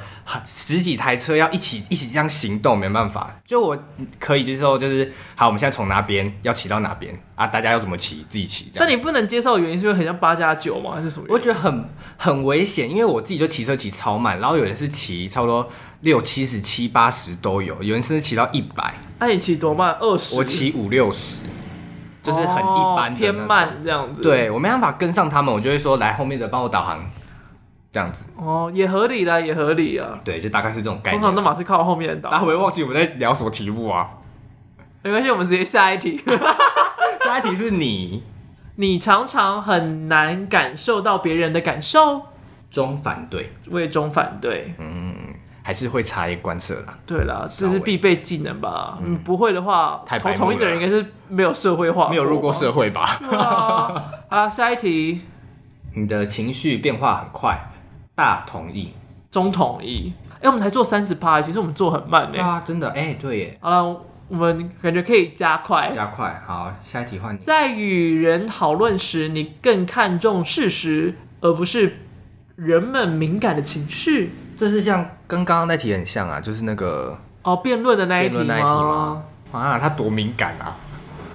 Speaker 2: 十几台车要一起一起这样行动，没办法，就我可以接受，就是好，我们现在从哪边要骑到哪边啊，大家要怎么骑自己骑这样
Speaker 1: 但。你不能接受的原因是因为很像八加九吗？还是什么原因？
Speaker 2: 我觉得很很危险，因为我自己就骑车骑超慢，然后有人是骑差不多六七十、七八十都有，有人甚至骑到一百，
Speaker 1: 那、哎你骑多慢？二十，
Speaker 2: 我骑五六十，就是很一
Speaker 1: 哦
Speaker 2: 般的那种
Speaker 1: 偏。慢这样子。，
Speaker 2: 对我没办法跟上他们，我就会说来后面的帮我导航，这样子。
Speaker 1: 哦，也合理啦，也合理啊。
Speaker 2: 对，就大概是这种概
Speaker 1: 通常
Speaker 2: 念。
Speaker 1: 都马是靠后面的
Speaker 2: 大家
Speaker 1: 倒，
Speaker 2: 会不会忘记我们在聊什么题目啊？
Speaker 1: 没关系，我们直接下一题。
Speaker 2: 下一题是你
Speaker 1: 你常常很难感受到别人的感受，
Speaker 2: 中反对，
Speaker 1: 我也中反对。
Speaker 2: 嗯，还是会察言观色啦。
Speaker 1: 对啦，
Speaker 2: 稍
Speaker 1: 这
Speaker 2: 微
Speaker 1: 是必备技能吧？嗯，不会的话，
Speaker 2: 太白
Speaker 1: 同同
Speaker 2: 目
Speaker 1: 意的人
Speaker 2: 了
Speaker 1: 应该是没有社会化，
Speaker 2: 没有入过社会吧？
Speaker 1: 会啊。好，下一题，
Speaker 2: 你的情绪变化很快，大同意。
Speaker 1: 中统一。哎、我们才做三十趴，其实我们做很慢呢、
Speaker 2: 对啊，真的，哎、对耶，
Speaker 1: 好了，我们感觉可以加快。
Speaker 2: 加快，好，下一题换你。
Speaker 1: 在与人讨论时，你更看重事实，而不是人们敏感的情绪。
Speaker 2: 这是像跟刚刚那题很像啊，就是那个
Speaker 1: 哦，辩论的那一
Speaker 2: 辩
Speaker 1: 题
Speaker 2: 论那一题吗？啊，他多敏感啊！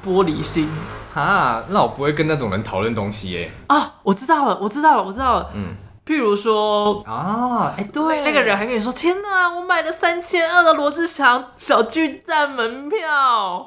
Speaker 1: 玻璃心
Speaker 2: 啊，那我不会跟那种人讨论东西耶。
Speaker 1: 啊！我知道了，我知道了，我知道了。
Speaker 2: 嗯，
Speaker 1: 譬如说，
Speaker 2: 啊，哎、对
Speaker 1: 那个人还跟你说：“天哪，我买了三千二的罗志祥小巨蛋门票。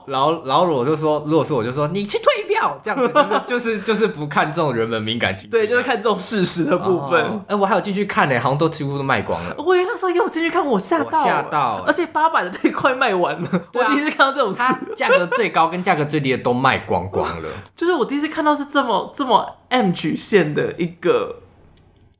Speaker 2: 然后，然后我就说，如果是我就说你去退票，这 样子就是就是就是不看重人们敏感情”绪，
Speaker 1: 对，就是看重事实的部分。
Speaker 2: 哦哎、我还有进去看呢，好像都几乎都卖光 了。
Speaker 1: 我以为那时候因为我进去看，我吓到了，
Speaker 2: 我吓到了
Speaker 1: 而且八百的那一块卖完了，
Speaker 2: 对
Speaker 1: 我
Speaker 2: 啊
Speaker 1: 第一次看到这种事，
Speaker 2: 它价格最高跟价格最低的都卖光光了。
Speaker 1: 就是我第一次看到是这么这么 M 曲线的一个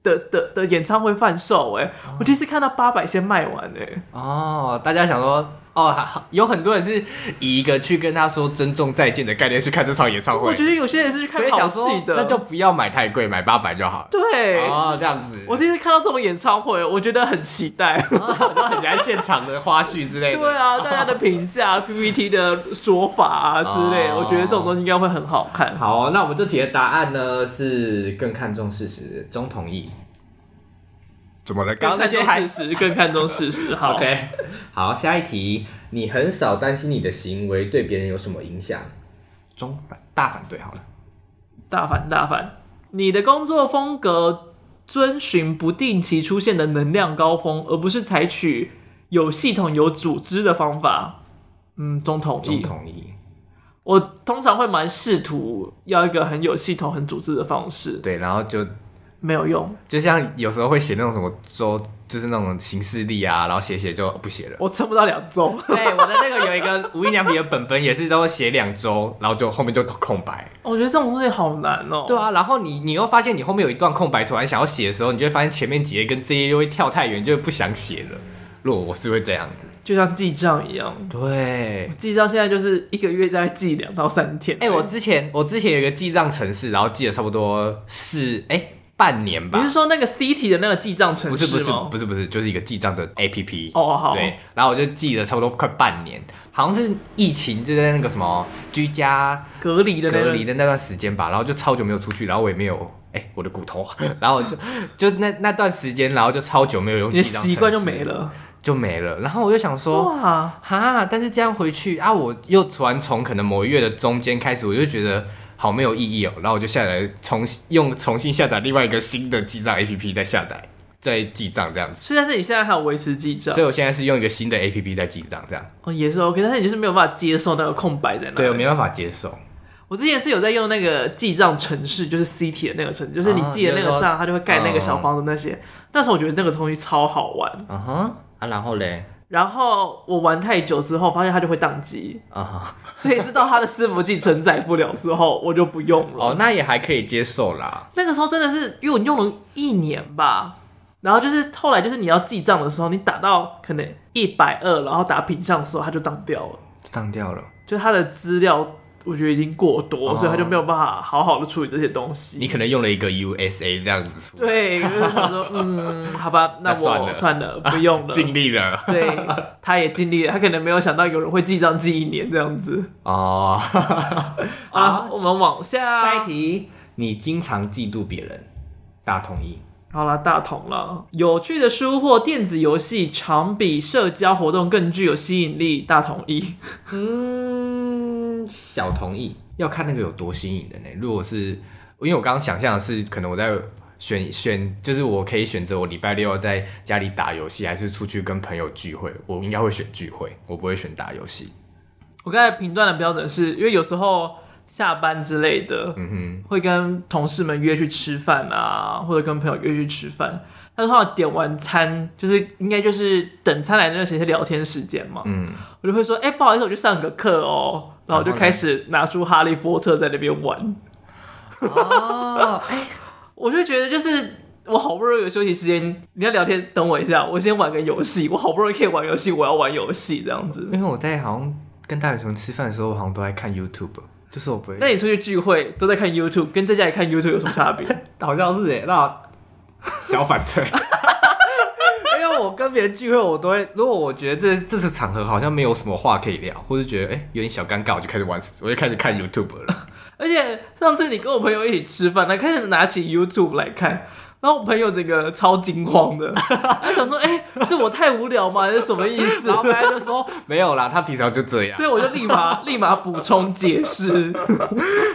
Speaker 1: 的的的演唱会贩售、哎、我第一次看到八百先卖完、哎，
Speaker 2: 哦，大家想说，哦，有很多人是以一个去跟他说“珍重再见”的概念去看这场演唱会，
Speaker 1: 我觉得有些人是去
Speaker 2: 所
Speaker 1: 看
Speaker 2: 以
Speaker 1: 好
Speaker 2: 想说
Speaker 1: 戏的，
Speaker 2: 那就不要买太贵，买八百就好了。
Speaker 1: 对。
Speaker 2: 哦，这样子，
Speaker 1: 我第一次看到这种演唱会，我觉得很期待。
Speaker 2: 哦 然后很喜欢现场的花絮之类的。
Speaker 1: 对啊，大家的评价、PPT 的说法啊之类的，
Speaker 2: 哦
Speaker 1: 我觉得这种东西应该会很好看。
Speaker 2: 好，那我们这题的答案呢是更看重事实，中同意。怎么了？刚
Speaker 1: 更
Speaker 2: 刚那
Speaker 1: 看
Speaker 2: 些
Speaker 1: 重
Speaker 2: 还
Speaker 1: 事实，更看重事实。好
Speaker 2: OK。好，下一题，你很少担心你的行为对别人有什么影响？中反大反对好了。
Speaker 1: 大反大反，你的工作风格遵循不定期出现的能量高峰，而不是采取有系统、有组织的方法。嗯，中统
Speaker 2: 中
Speaker 1: 一。
Speaker 2: 同意。
Speaker 1: 我通常会蛮试图要一个很有系统、很组织的方式，
Speaker 2: 对，然后就
Speaker 1: 没有用。
Speaker 2: 就像有时候会写那种什么周，就是那种行事历啊，然后写写就不写了。
Speaker 1: 我撑不到两周。
Speaker 2: 对，我的那个有一个无印良品的本本也是都写两周，然后就后面就空白。
Speaker 1: 哦我觉得这种东西好难哦、
Speaker 2: 对啊，然后你你又发现你后面有一段空白，突然想要写的时候，你就会发现前面几页跟这一页就会跳太远，就会不想写了。如果我是会这样，
Speaker 1: 就像记账一样，
Speaker 2: 对。
Speaker 1: 记账现在就是一个月大概记两到三天。
Speaker 2: 哎、我之前我之前有一个记账程式，然后记了差不多四哎、半年吧
Speaker 1: 你是，说那个 CT 的那个记账程
Speaker 2: 不是
Speaker 1: 式
Speaker 2: 不是
Speaker 1: 吗？
Speaker 2: 不是不是，就是一个记账的 A P P。
Speaker 1: 哦，好，
Speaker 2: 对，然后我就记了差不多快半年，好像是疫情就在那个什么居家
Speaker 1: 隔离的那
Speaker 2: 隔
Speaker 1: 个
Speaker 2: 离的那段时间吧，然后就超久没有出去，然后我也没有，哎、我的骨头， 然后我就就那那段时间，然后就超久没有用
Speaker 1: 你的
Speaker 2: 记账
Speaker 1: 习惯就
Speaker 2: 程式
Speaker 1: 没了。
Speaker 2: 就没了。然后我就想说，
Speaker 1: 哇，
Speaker 2: 哈，但是这样回去啊，我又突然从可能某一月的中间开始，我就觉得好没有意义哦。然后我就下载重用重新下载另外一个新的记账 APP 再下载再记账这样子。
Speaker 1: 所以但是你现在还有维持记账
Speaker 2: 所以，我现在是用一个新的 APP 在记账这样。
Speaker 1: 哦，也是 OK，但是你就是没有办法接受那个空白在那。
Speaker 2: 对，我没。办法接受。
Speaker 1: 我之前是有在用那个记账程式，就是 CT 的那个程式，就是你
Speaker 2: 啊
Speaker 1: 记的那
Speaker 2: 就是
Speaker 1: 个
Speaker 2: 说
Speaker 1: 账，它就会盖那个小方的那
Speaker 2: 啊
Speaker 1: 些。那时候我觉得那个东西超好玩，
Speaker 2: 嗯哼，啊，然后嘞，
Speaker 1: 然后我玩太久之后，发现它就会宕机，
Speaker 2: 啊哈，
Speaker 1: 所以是到它的伺服器承载不了之后，我就不用了。
Speaker 2: 哦，那也还可以接受啦。
Speaker 1: 那个时候真的是，因为我用了一年吧，然后就是后来就是你要记账的时候，你打到可能一百二，然后打平上的时候，它就当掉了，
Speaker 2: 当掉了，
Speaker 1: 就它的资料我觉得已经过多，
Speaker 2: 哦
Speaker 1: 所以他就没有办法好好的处理这些东西。
Speaker 2: 你可能用了一个 USA 这样子，，
Speaker 1: 对，就是想说，嗯，好 吧，那
Speaker 2: 那算
Speaker 1: 我
Speaker 2: 了
Speaker 1: 算了，不用了。
Speaker 2: 尽力了
Speaker 1: 对，他也尽力了，他可能没有想到有人会记账记一年这样子。
Speaker 2: 哦。
Speaker 1: 啊，我们往下，
Speaker 2: 下一题，你经常嫉妒别人，大同意。
Speaker 1: 好啦，大同了。有趣的书或电子游戏常比社交活动更具有吸引力，大同意。
Speaker 2: 嗯，小同意，要看那个有多吸引人呢、如果是，因为我刚刚想象的是，可能我在选选，就是我可以选择我礼拜六在家里打游戏，还是出去跟朋友聚会，我应该会选聚会，我不会选打游戏。
Speaker 1: 我刚才评断的标准是因为有时候下班之类的，
Speaker 2: 嗯
Speaker 1: 会跟同事们约去吃饭啊，或者跟朋友约去吃饭。但是他点完餐，就是应该就是等餐来的那段时间是聊天时间嘛，
Speaker 2: 哼，嗯，
Speaker 1: 我就会说，哎、不好意思，我去上个课哦，然后我就
Speaker 2: 然后呢
Speaker 1: 开始拿出哈利波特在那边玩。
Speaker 2: 哦，哎，
Speaker 1: 我就觉得就是我好不容易有休息时间，你要聊天，等我一下，我先玩个游戏。我好不容易可以玩游戏，我要玩游戏这样 子。
Speaker 2: 因为我在好像跟大远雄吃饭的时候，我好像都在看 YouTube，就是我不
Speaker 1: 那
Speaker 2: 会，
Speaker 1: 你出去聚会都在看 YouTube，跟在家里看 YouTube 有什么差别？
Speaker 2: 好像是哎、那 小反对。 因为我跟别人聚会，我都会，如果我觉得这这次场合好像没有什么话可以聊，或是觉得哎、有点小尴尬，我就开始玩，我就开始看 YouTube 了。
Speaker 1: 而且上次你跟我朋友一起吃饭，他开始拿起 YouTube 来看。然后我朋友整个超惊慌 的，他想说：“哎、是我太无聊吗？还是什么意思
Speaker 2: 然后大家就说没有啦，他平常就这？”样，
Speaker 1: 对，我就立马立马补充解释。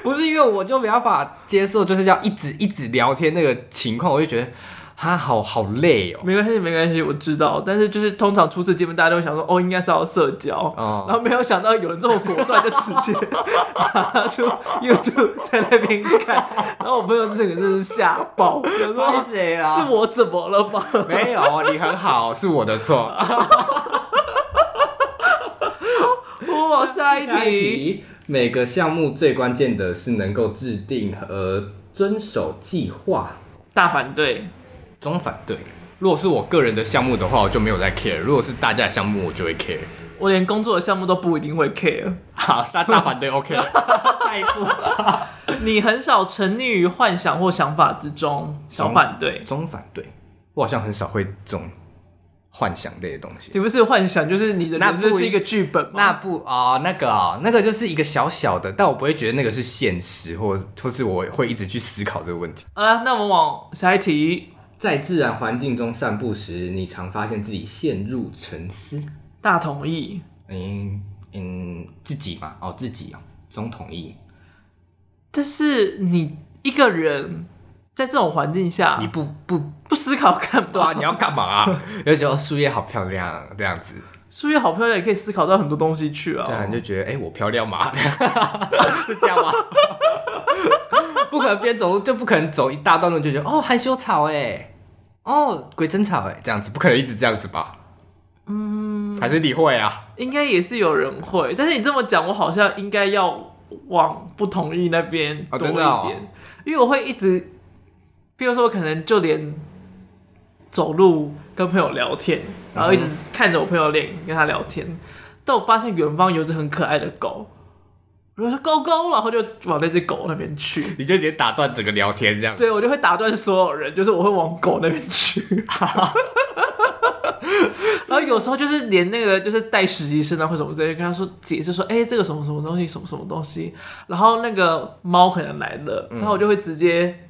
Speaker 2: 不是因为我就没办法接受，就是要一直一直聊天那个情况，我就觉得他好好累哦。
Speaker 1: 没关系，没关系，我知道。但是就是通常初次见面，大家都会想说，哦，应该是要社交，
Speaker 2: 哦
Speaker 1: 然后没有想到有人这么果断，就直接 拿出 YouTube 在那边看，然后我朋友整个真是吓爆，想说
Speaker 2: 谁
Speaker 1: 是我怎么了吗？
Speaker 2: 没有，你很好，是我的错。
Speaker 1: 我往下一
Speaker 2: 下一
Speaker 1: 题，
Speaker 2: 题，每个项目最关键的是能够制定和遵守计划。
Speaker 1: 大反对。
Speaker 2: 中反对，如果是我个人的项目的话，我就没有在 care；如果是大家的项目，我就会 care。
Speaker 1: 我连工作的项目都不一定会 care。
Speaker 2: 好，那大反对 OK 了。 下一步，
Speaker 1: 你很少沉溺于幻想或想法之中，小反对。
Speaker 2: 中反对，我好像很少会这种幻想类的东西。
Speaker 1: 你不是幻想，就是你的
Speaker 2: 那
Speaker 1: 人生
Speaker 2: 不
Speaker 1: 是
Speaker 2: 一
Speaker 1: 一个剧本吗？
Speaker 2: 那不哦，那个哦，那个就是一个小小的，但我不会觉得那个是现实，或或是我会一直去思考这个问题。
Speaker 1: 好啊了，那我们往下一题，
Speaker 2: 在自然环境中散步时，你常发现自己陷入沉思。
Speaker 1: 大同意。
Speaker 2: 嗯嗯，自己嘛，哦，自己哦，中统一，
Speaker 1: 但是你一个人在这种环境下，
Speaker 2: 你
Speaker 1: 你
Speaker 2: 不不
Speaker 1: 不思考干嘛？
Speaker 2: 对啊，你要干嘛、 啊？有时候树叶好漂亮啊，这样子，
Speaker 1: 树叶好漂亮，也可以思考到很多东西去啊。
Speaker 2: 对啊，你就觉得哎、我漂亮吗？ 是这样吗？ 不可能边走路就不可能走一大段路就觉得哦含羞草哎、哦鬼针草哎、这样子不可能一直这样子吧？嗯，还是你会啊？
Speaker 1: 应该也是有人会，但是你这么讲，我好像应该要往不同意那边
Speaker 2: 哦
Speaker 1: 多一
Speaker 2: 真
Speaker 1: 点，
Speaker 2: 的哦
Speaker 1: 因为我会一直，比如说我可能就连走路跟朋友聊天，然后一直
Speaker 2: 嗯
Speaker 1: 看着我朋友脸跟他聊天，但我发现远方有一只很可爱的狗，我就说狗狗，然后就往那只狗那边去。
Speaker 2: 你就直接打断整个聊天这样子。
Speaker 1: 对，我就会打断所有人，就是我会往狗那边去。然后有时候就是连那个就是带实习生啊或什么之类，跟他说解释说，哎、这个什么什么东西，什么什么东西。然后那个猫可能来了，
Speaker 2: 嗯
Speaker 1: 然后我就会直接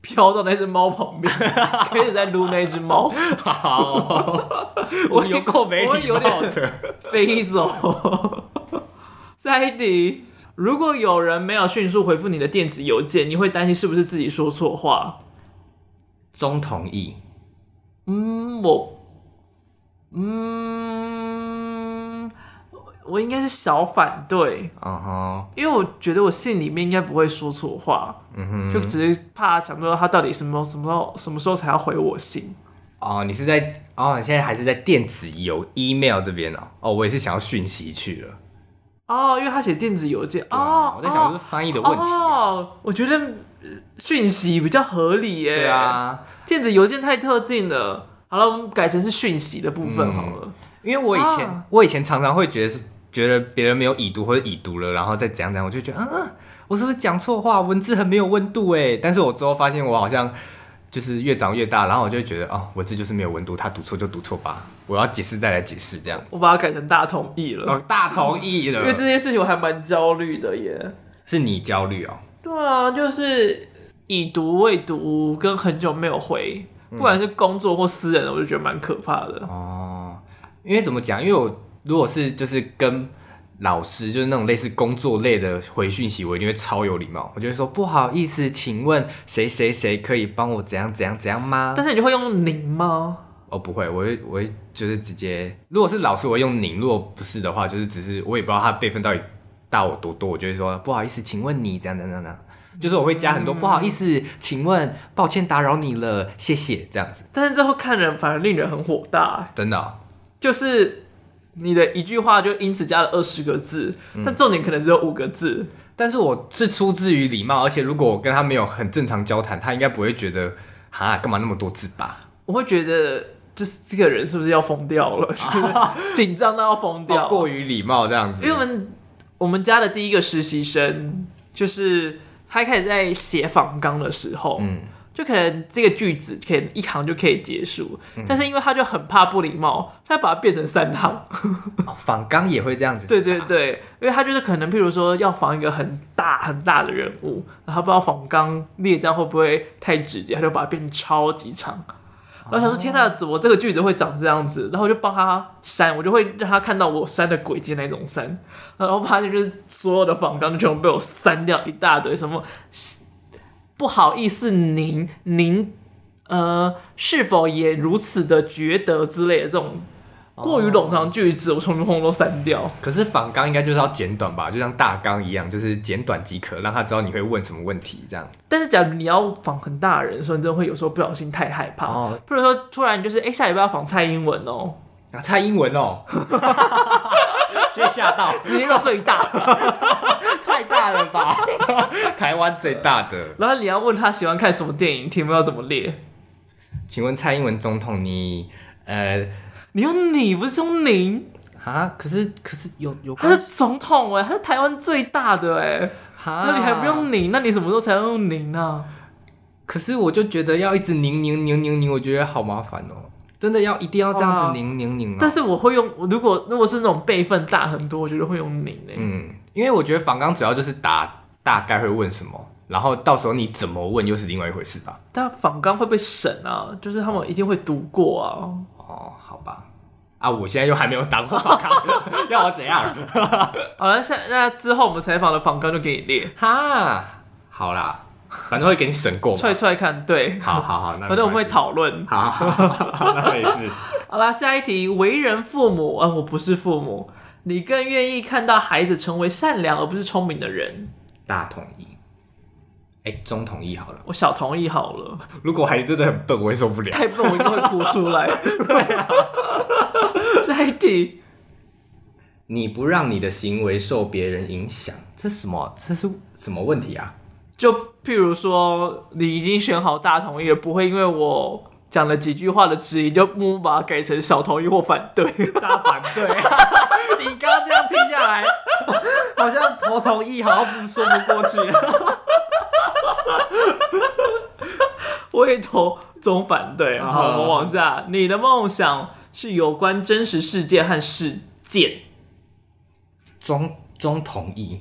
Speaker 1: 飘到那只猫旁边，开始在撸那只 猫，
Speaker 2: 好、
Speaker 1: 我
Speaker 2: 我有够没
Speaker 1: 我会
Speaker 2: 礼
Speaker 1: 有
Speaker 2: 貌
Speaker 1: 点
Speaker 2: 的。
Speaker 1: 飞走。下一题，如果有人没有迅速回复你的电子邮件，你会担心是不是自己说错话？
Speaker 2: 中同意，
Speaker 1: 嗯，我，嗯，我我应该是小反对，
Speaker 2: 嗯哼，
Speaker 1: 因为我觉得我信里面应该不会说错话，
Speaker 2: 嗯哼。
Speaker 1: 就只是怕想说他到底什么什么时候什么时候才要回我信。
Speaker 2: 哦，你是在哦，你现在还是在电子邮 email 这边哦。哦，我也是想要讯息去了。
Speaker 1: 哦，因为他写电子邮件
Speaker 2: 啊
Speaker 1: 哦，
Speaker 2: 我在想是不
Speaker 1: 哦
Speaker 2: 是翻译的问题啊、
Speaker 1: 哦，我觉得呃讯息比较合理耶。
Speaker 2: 对，啊，
Speaker 1: 电子邮件太特定
Speaker 2: 嗯
Speaker 1: 了。好了，我们改成是讯息的部分好了。
Speaker 2: 因为我以前、
Speaker 1: 啊
Speaker 2: 我以前常常会觉得是觉得别人没有已读或者已读了，然后再怎样怎样，我就觉得啊，我是不是讲错话？文字很没有温度哎。但是我之后发现我好像就是越长越大，然后我就会觉得哦，文字就是没有温度，他读错就读错吧，我要解释再来解释这样。
Speaker 1: 我把它改成大同意了，
Speaker 2: 哦，大同意
Speaker 1: 因为
Speaker 2: 了
Speaker 1: 这，件事情我还蛮焦虑的耶。
Speaker 2: 是你焦虑哦。
Speaker 1: 对啊，就是已读未读跟很久没有回，不管是工作或私人的，我就觉得蛮可怕的。
Speaker 2: 哦，因为怎么讲？因为我如果是就是跟老师，就是那种类似工作类的回讯息，我一定会超有礼貌，我就会说不好意思，请问谁谁谁可以帮我怎样怎样怎样吗？
Speaker 1: 但是你会用您吗？
Speaker 2: 哦，不会，我会我会就是直接，如果是老师，我会用您；如果不是的话，就是只是我也不知道他辈分到底大我多多，我就会说不好意思，请问你怎样怎样怎样，就是我会加很多、不好意思，请问，抱歉打扰你了，谢谢这样子，
Speaker 1: 但是这会看人，反而令人很火大。
Speaker 2: 真的哦、
Speaker 1: 就是你的一句话就因此加了二十个字，
Speaker 2: 嗯
Speaker 1: 但重点可能只有五个字。
Speaker 2: 但是我是出自于礼貌，而且如果我跟他没有很正常交谈，他应该不会觉得哈干嘛那么多字吧？
Speaker 1: 我会觉得，就是这个人是不是要疯掉了？ 就是紧张到要疯掉。
Speaker 2: 哦过于礼貌这样子，
Speaker 1: 啊因为我们我们家的第一个实习生，就是他一开始在写访纲的时候，
Speaker 2: 嗯
Speaker 1: 就可能这个句子可能一行就可以结束，
Speaker 2: 嗯
Speaker 1: 但是因为他就很怕不礼貌，他把它变成三行。
Speaker 2: 哦仿纲也会这样子，
Speaker 1: 对对对，因为他就是可能，譬如说要防一个很大很大的人物，然后不知道仿刚列这样会不会太直接，他就把它变超级长。然后想说天呐，怎么这个句子会长这样子？然后我就帮他删，我就会让他看到我删的轨迹那种删。然后发现就是所有的仿纲就全部被我删掉一大堆，什么不好意思您您呃是否也如此的觉得之类的这种过于冗长的句子，我通通都删掉。
Speaker 2: 可是仿纲应该就是要简短吧，就像大纲一样，就是简短即可，让他知道你会问什么问题这样。
Speaker 1: 但是，假如你要仿很大的人的时候，你真的会有时候不小心太害怕，
Speaker 2: 哦
Speaker 1: 不如说突然就是，哎、下礼拜要仿蔡英文哦，
Speaker 2: 啊，蔡英文 哦，先吓到，
Speaker 1: 直接到最大，
Speaker 2: 太大了吧？ 台湾最大的，
Speaker 1: 然后你要问他喜欢看什么电影，题目要怎么列？
Speaker 2: 请问蔡英文总统你呃
Speaker 1: 你用你不是用您，
Speaker 2: 啊？可是可是有有
Speaker 1: 他
Speaker 2: 关
Speaker 1: 是总统哎、他是台湾最大的哎、
Speaker 2: 啊
Speaker 1: 那你还不用您，那你什么时候才要用您啊呢、
Speaker 2: 可是我就觉得要一直拧拧拧拧拧，我觉得好麻烦哦。真的要一定要这样子拧拧拧哦。
Speaker 1: 但是我会用，如果如果是那种辈分大很多，我觉得会用您哎、
Speaker 2: 嗯，因为我觉得仿纲主要就是答大概会问什么，然后到时候你怎么问又是另外一回事吧。
Speaker 1: 但仿纲会被审啊，就是他们一定会读过啊。
Speaker 2: 哦，好吧。啊，我现在又还没有打过仿纲，要我 怎样？
Speaker 1: 好了，下那之后我们采访的仿纲就给你列。
Speaker 2: 哈，好啦，反正会给你审过嘛
Speaker 1: 踹。踹看，对，
Speaker 2: 好好好，那
Speaker 1: 反正我们会
Speaker 2: 没关系。
Speaker 1: 讨论。
Speaker 2: 好 好好好好，那没事。
Speaker 1: 好啦，下一题，为人父母，啊，我不是父母，你更愿意看到孩子成为善良而不是聪明的人？
Speaker 2: 大统一，哎、中统一好了。
Speaker 1: 我小同意好了，
Speaker 2: 如果孩子真的很笨，我会受不了。
Speaker 1: 太笨我应该会哭出 来。啊下一题，
Speaker 2: 你不让你的行为受别人影响，这是什么？这是什么问题啊？
Speaker 1: 就譬如说，你已经选好大同意了，不会因为我讲了几句话的质疑，就默默把它改成小同意或反对。
Speaker 2: 大反对、啊！你刚刚这样听下来， 好像头同意，好像不说不过去。
Speaker 1: 我也投中反对。
Speaker 2: 啊
Speaker 1: 好，我们往下，你的梦想是有关真实世界和事件。
Speaker 2: 中中同意，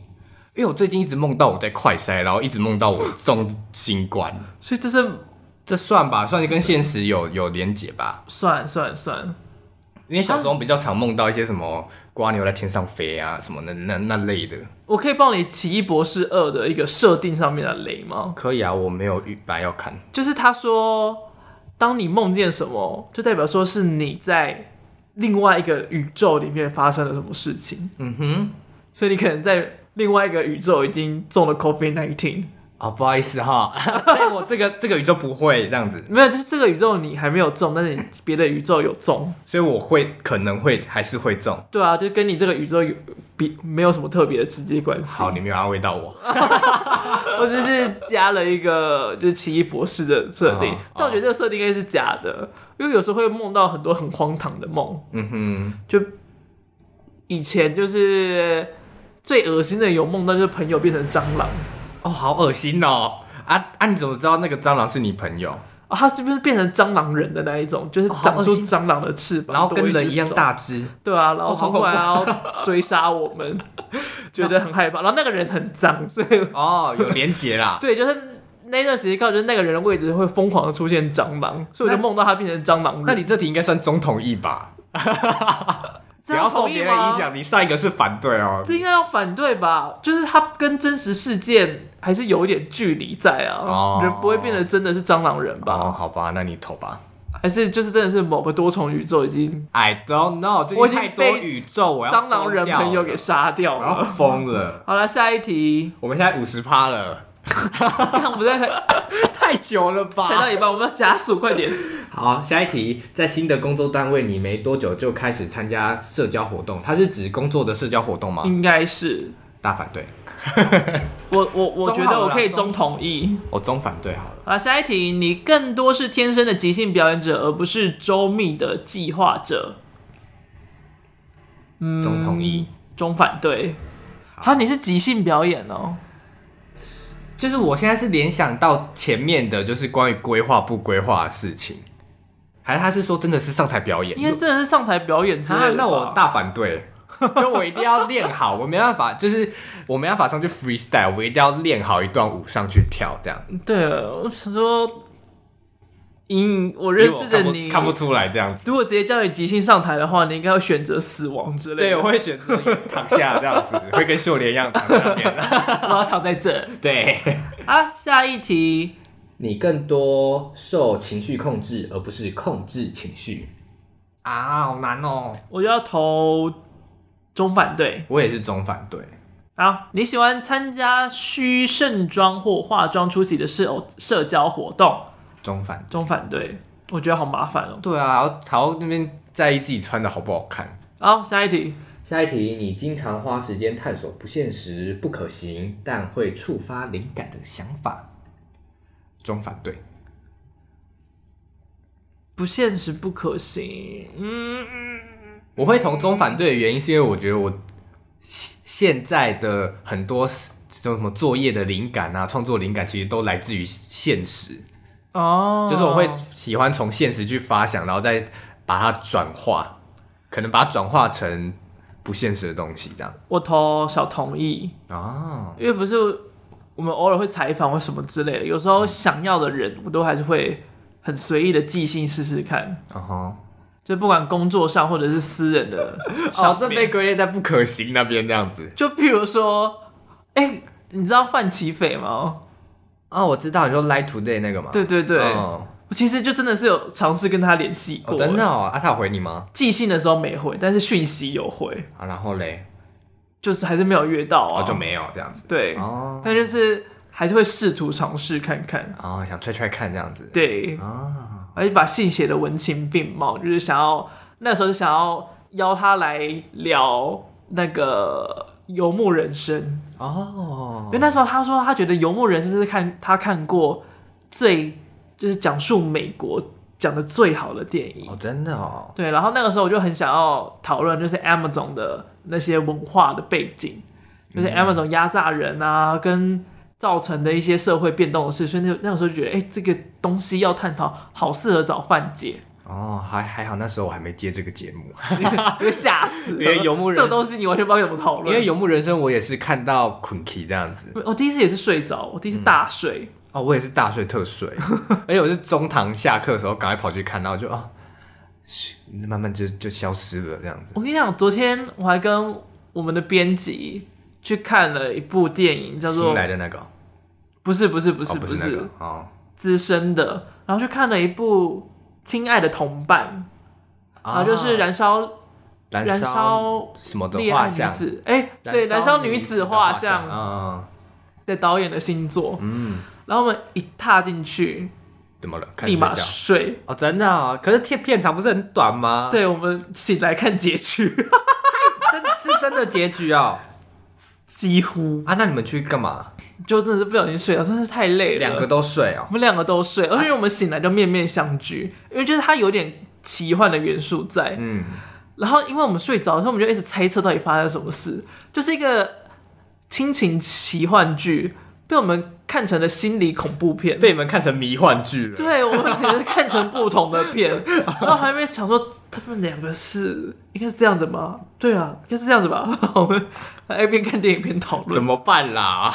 Speaker 2: 因为我最近一直梦到我在快筛，然后一直梦到我中新冠，
Speaker 1: 所以这是
Speaker 2: 这算吧，算是跟现实有有连结吧。
Speaker 1: 算算算，
Speaker 2: 因为小时候比较常梦到一些什么瓜牛在天上飞啊，什么那那那类的。
Speaker 1: 我可以帮你《奇异博士二》的一个设定上面的雷吗？
Speaker 2: 可以啊，我没有预本来要看。
Speaker 1: 就是他说，当你梦见什么，就代表说是你在另外一个宇宙里面发生了什么事情，
Speaker 2: 嗯哼。
Speaker 1: 所以你可能在另外一个宇宙已经中了 COVID nineteen。
Speaker 2: 啊、不好意思哈，所以我这个这个宇宙不会这样子，
Speaker 1: 没有，就是这个宇宙你还没有中，但是你别的宇宙有中。
Speaker 2: 所以我会可能会还是会中。
Speaker 1: 对啊，就跟你这个宇宙有比没有什么特别的直接关系。
Speaker 2: 好，你没有安慰到我。
Speaker 1: 我只是加了一个就是奇异博士的设定
Speaker 2: 哦，
Speaker 1: 但我觉得这个设定应该是假
Speaker 2: 嗯
Speaker 1: 的，因为有时候会梦到很多很荒唐的梦，
Speaker 2: 嗯哼，
Speaker 1: 就以前就是最恶心的有梦到就是朋友变成蟑螂
Speaker 2: 哦，好恶心哦！啊啊，你怎么知道那个蟑螂是你朋友？
Speaker 1: 啊，他是不是变成蟑螂人的那一种，就是
Speaker 2: 哦好
Speaker 1: 长
Speaker 2: 恶
Speaker 1: 出
Speaker 2: 心
Speaker 1: 蟑螂的翅膀，
Speaker 2: 然后
Speaker 1: 多
Speaker 2: 跟人
Speaker 1: 只
Speaker 2: 一样
Speaker 1: 手
Speaker 2: 大只，
Speaker 1: 对啊，然后
Speaker 2: 哦好
Speaker 1: 冲过来然后追杀我 们，觉得很害怕。然后那个人很脏，所以。
Speaker 2: 哦，有连结 啦
Speaker 1: 对，就是那段时间刚好就是那个人的位置会疯狂的出现蟑螂，所以我就
Speaker 2: 那
Speaker 1: 梦到他变成蟑螂人。
Speaker 2: 那你这题应该算总统一吧？
Speaker 1: 这
Speaker 2: 不要
Speaker 1: 样
Speaker 2: 受
Speaker 1: 同意
Speaker 2: 别人
Speaker 1: 吗
Speaker 2: 影，响，你上一个是反对哦
Speaker 1: 这。应该要反对吧？就是他跟真实事件还是有一点距离在啊，
Speaker 2: 哦
Speaker 1: 人不会变得真的是蟑螂人吧？
Speaker 2: 哦，好吧，那你投吧。
Speaker 1: 还是就是真的是某个多重宇宙已经
Speaker 2: I don't know，最
Speaker 1: 我
Speaker 2: 近
Speaker 1: 已经
Speaker 2: 太多
Speaker 1: 被
Speaker 2: 宇宙，我要
Speaker 1: 蟑螂人
Speaker 2: 疯掉了
Speaker 1: 朋友给杀掉
Speaker 2: 我要
Speaker 1: 了。
Speaker 2: 疯了。
Speaker 1: 好了，下一 题，
Speaker 2: 我们现在五十趴 了，
Speaker 1: 看我们在
Speaker 2: 啊太久了
Speaker 1: 猜到
Speaker 2: 吧？
Speaker 1: 一半，我们要加速，快点。
Speaker 2: 好，啊下一题，在新的工作单位，你没多久就开始参加社交活动，它是指工作的社交活动吗？
Speaker 1: 应该是
Speaker 2: 大反对，
Speaker 1: 我我我觉
Speaker 2: 中好
Speaker 1: 得
Speaker 2: 了
Speaker 1: 我可以
Speaker 2: 中
Speaker 1: 中统一。
Speaker 2: 我哦中反对好了。
Speaker 1: 啊，下一题，你更多是天生的即兴表演者，而不是周密的计划者。嗯
Speaker 2: 中统一，
Speaker 1: 中反对。
Speaker 2: 好
Speaker 1: 啊，你是即兴表演哦。
Speaker 2: 就是我现在是联想到前面的，就是关于规划不规划的事情，还是他是说真的是上台表演？
Speaker 1: 应该真的是上台表演之类
Speaker 2: 啊
Speaker 1: 的，吧、
Speaker 2: 那我大反对， 就我一定要练好，我没办法，就是我没办法上去 freestyle，我一定要练好一段舞上去跳这样。
Speaker 1: 对，我想说，嗯，我认识的
Speaker 2: 因为我看不
Speaker 1: 你，
Speaker 2: 看不出来这样子。
Speaker 1: 如果直接叫你即兴上台的话，你应该要选择死亡之类
Speaker 2: 对，
Speaker 1: 的。
Speaker 2: 我会选择躺下这样子， 会跟秀莲一样躺在那边。
Speaker 1: 我要躺在 这。
Speaker 2: 对，
Speaker 1: 啊，下一题，
Speaker 2: 你更多受情绪控制，而不是控制情绪。啊，好难哦！
Speaker 1: 我就要投中反对。
Speaker 2: 我也是总反对。
Speaker 1: 好，你喜欢参加需盛装或化妆出席的社偶社交活动？
Speaker 2: 中反
Speaker 1: 中反对，我觉得好麻烦哦。
Speaker 2: 对啊，然后朝那边在意自己穿的好不好看。
Speaker 1: 好，下一题，
Speaker 2: 下一题，你经常花时间探索不现实、不可行，但会触发灵感的想法。中反对，
Speaker 1: 不现实不可行。嗯，
Speaker 2: 我会投中反对的原因是因为我觉得我现现在的很多这种什么作业的灵感啊、创作灵感，其实都来自于现实，
Speaker 1: 哦，
Speaker 2: 就是我会喜欢从现实去发想，然后再把它转化，可能把它转化成不现实的东西这样。
Speaker 1: 我投小同意，
Speaker 2: 哦，
Speaker 1: 因为不是我们偶尔会采访或什么之类的，有时候想要的人，我都还是会很随意的即兴试试看，
Speaker 2: 然后。
Speaker 1: 就不管工作上或者是私人 的
Speaker 2: 哦
Speaker 1: 上，
Speaker 2: 这
Speaker 1: 面
Speaker 2: 被归类在不可行那边这样子。
Speaker 1: 就譬如说，哎、你知道范奇斐吗？
Speaker 2: 哦，我知道，你说 Lie Today 那个嘛。
Speaker 1: 对对对，
Speaker 2: 哦，
Speaker 1: 我其实就真的是有尝试跟他联系过、
Speaker 2: 哦真的哦，啊，他有回你吗？
Speaker 1: 寄信的时候没回，但是讯息有回，
Speaker 2: 啊，然后嘞，
Speaker 1: 就是还是没有约到啊，
Speaker 2: 哦，就没有这样子。
Speaker 1: 对，
Speaker 2: 哦，
Speaker 1: 但就是还是会试图尝试看看，
Speaker 2: 哦，想踹踹看这样子。
Speaker 1: 对，
Speaker 2: 啊，
Speaker 1: 而且把信写的文情并茂，就是想要那时候就想要邀他来聊那个游牧人生，
Speaker 2: 哦
Speaker 1: 因为，那时候他说他觉得《游牧人生》是看他看过最就是讲述美国讲的最好的电影。
Speaker 2: 哦，真的哦，
Speaker 1: 对，然后那个时候我就很想要讨论，就是 Amazon 的那些文化的背景，就是
Speaker 2: 嗯
Speaker 1: Amazon 压榨人啊，跟造成的一些社会变动的事，所以那那个时候就觉得，哎，这个东西要探讨，好适合找范姐，
Speaker 2: 哦，还还好，那时候我还没接这个节目，
Speaker 1: 因为啊吓死了，
Speaker 2: 因为游牧人
Speaker 1: 这种东西你完全不知道怎么讨论。
Speaker 2: 因为游牧人生我也是看到 Kunki 这样子。
Speaker 1: 我第一次也是睡着，我第
Speaker 2: 嗯
Speaker 1: 一次大睡，
Speaker 2: 哦，我也是大睡特睡，而且我是中堂下课的时候赶快跑去看，然后就哦，嘘慢慢就就消失了这样子。
Speaker 1: 我跟你讲，昨天我还跟我们的编辑去看了一部电影，叫做
Speaker 2: 新来的那个哦，
Speaker 1: 不是不是不
Speaker 2: 哦
Speaker 1: 是
Speaker 2: 不
Speaker 1: 不
Speaker 2: 那
Speaker 1: 是
Speaker 2: 个哦。
Speaker 1: 资深的，然后去看了一部《亲爱的同伴》，然后啊就是燃烧
Speaker 2: 啊燃
Speaker 1: 燃
Speaker 2: 烧
Speaker 1: 烧
Speaker 2: 什么的
Speaker 1: 恋爱
Speaker 2: 画
Speaker 1: 女
Speaker 2: 像，
Speaker 1: 子，哎、对，燃烧女子画
Speaker 2: 画
Speaker 1: 像
Speaker 2: 嗯
Speaker 1: 的导演的新作，
Speaker 2: 嗯，
Speaker 1: 然后我们一踏进去，
Speaker 2: 怎么了？开始
Speaker 1: 立马
Speaker 2: 睡觉
Speaker 1: 睡。
Speaker 2: 哦，真的啊、可是片片长不是很短吗？，
Speaker 1: 对，我们醒来看结局，
Speaker 2: 真是真的结局哦。
Speaker 1: 几乎
Speaker 2: 啊，那你们去干嘛？
Speaker 1: 就真的是不小心睡了，真的是太累了。
Speaker 2: 两个都睡哦
Speaker 1: 我。们两个都睡，而且我们醒来就面面相觑，因为就是它有点奇幻的元素在。
Speaker 2: 嗯，
Speaker 1: 然后因为我们睡着，所以我们就一直猜测到底发生什么事，就是一个亲情奇幻剧被我们看成了心理恐怖片，
Speaker 3: 被你们看成迷幻剧了。
Speaker 1: 对，我们只是看成不同的 片，然后还没想说他们两个是应该是这样子吗？对啊，应该是这样子吧。 我们一边看电影边讨
Speaker 3: 怎
Speaker 1: 论，
Speaker 3: 么办啦？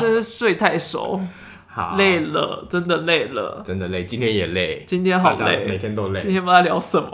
Speaker 1: 真是睡太熟，
Speaker 2: 好
Speaker 1: 累，了，真的累了，
Speaker 3: 真的累，今天也累。
Speaker 1: 今天
Speaker 2: 大
Speaker 1: 好
Speaker 2: 家每
Speaker 1: 累。
Speaker 2: 天都
Speaker 1: 今
Speaker 2: 累。
Speaker 1: 天不知道聊什 么，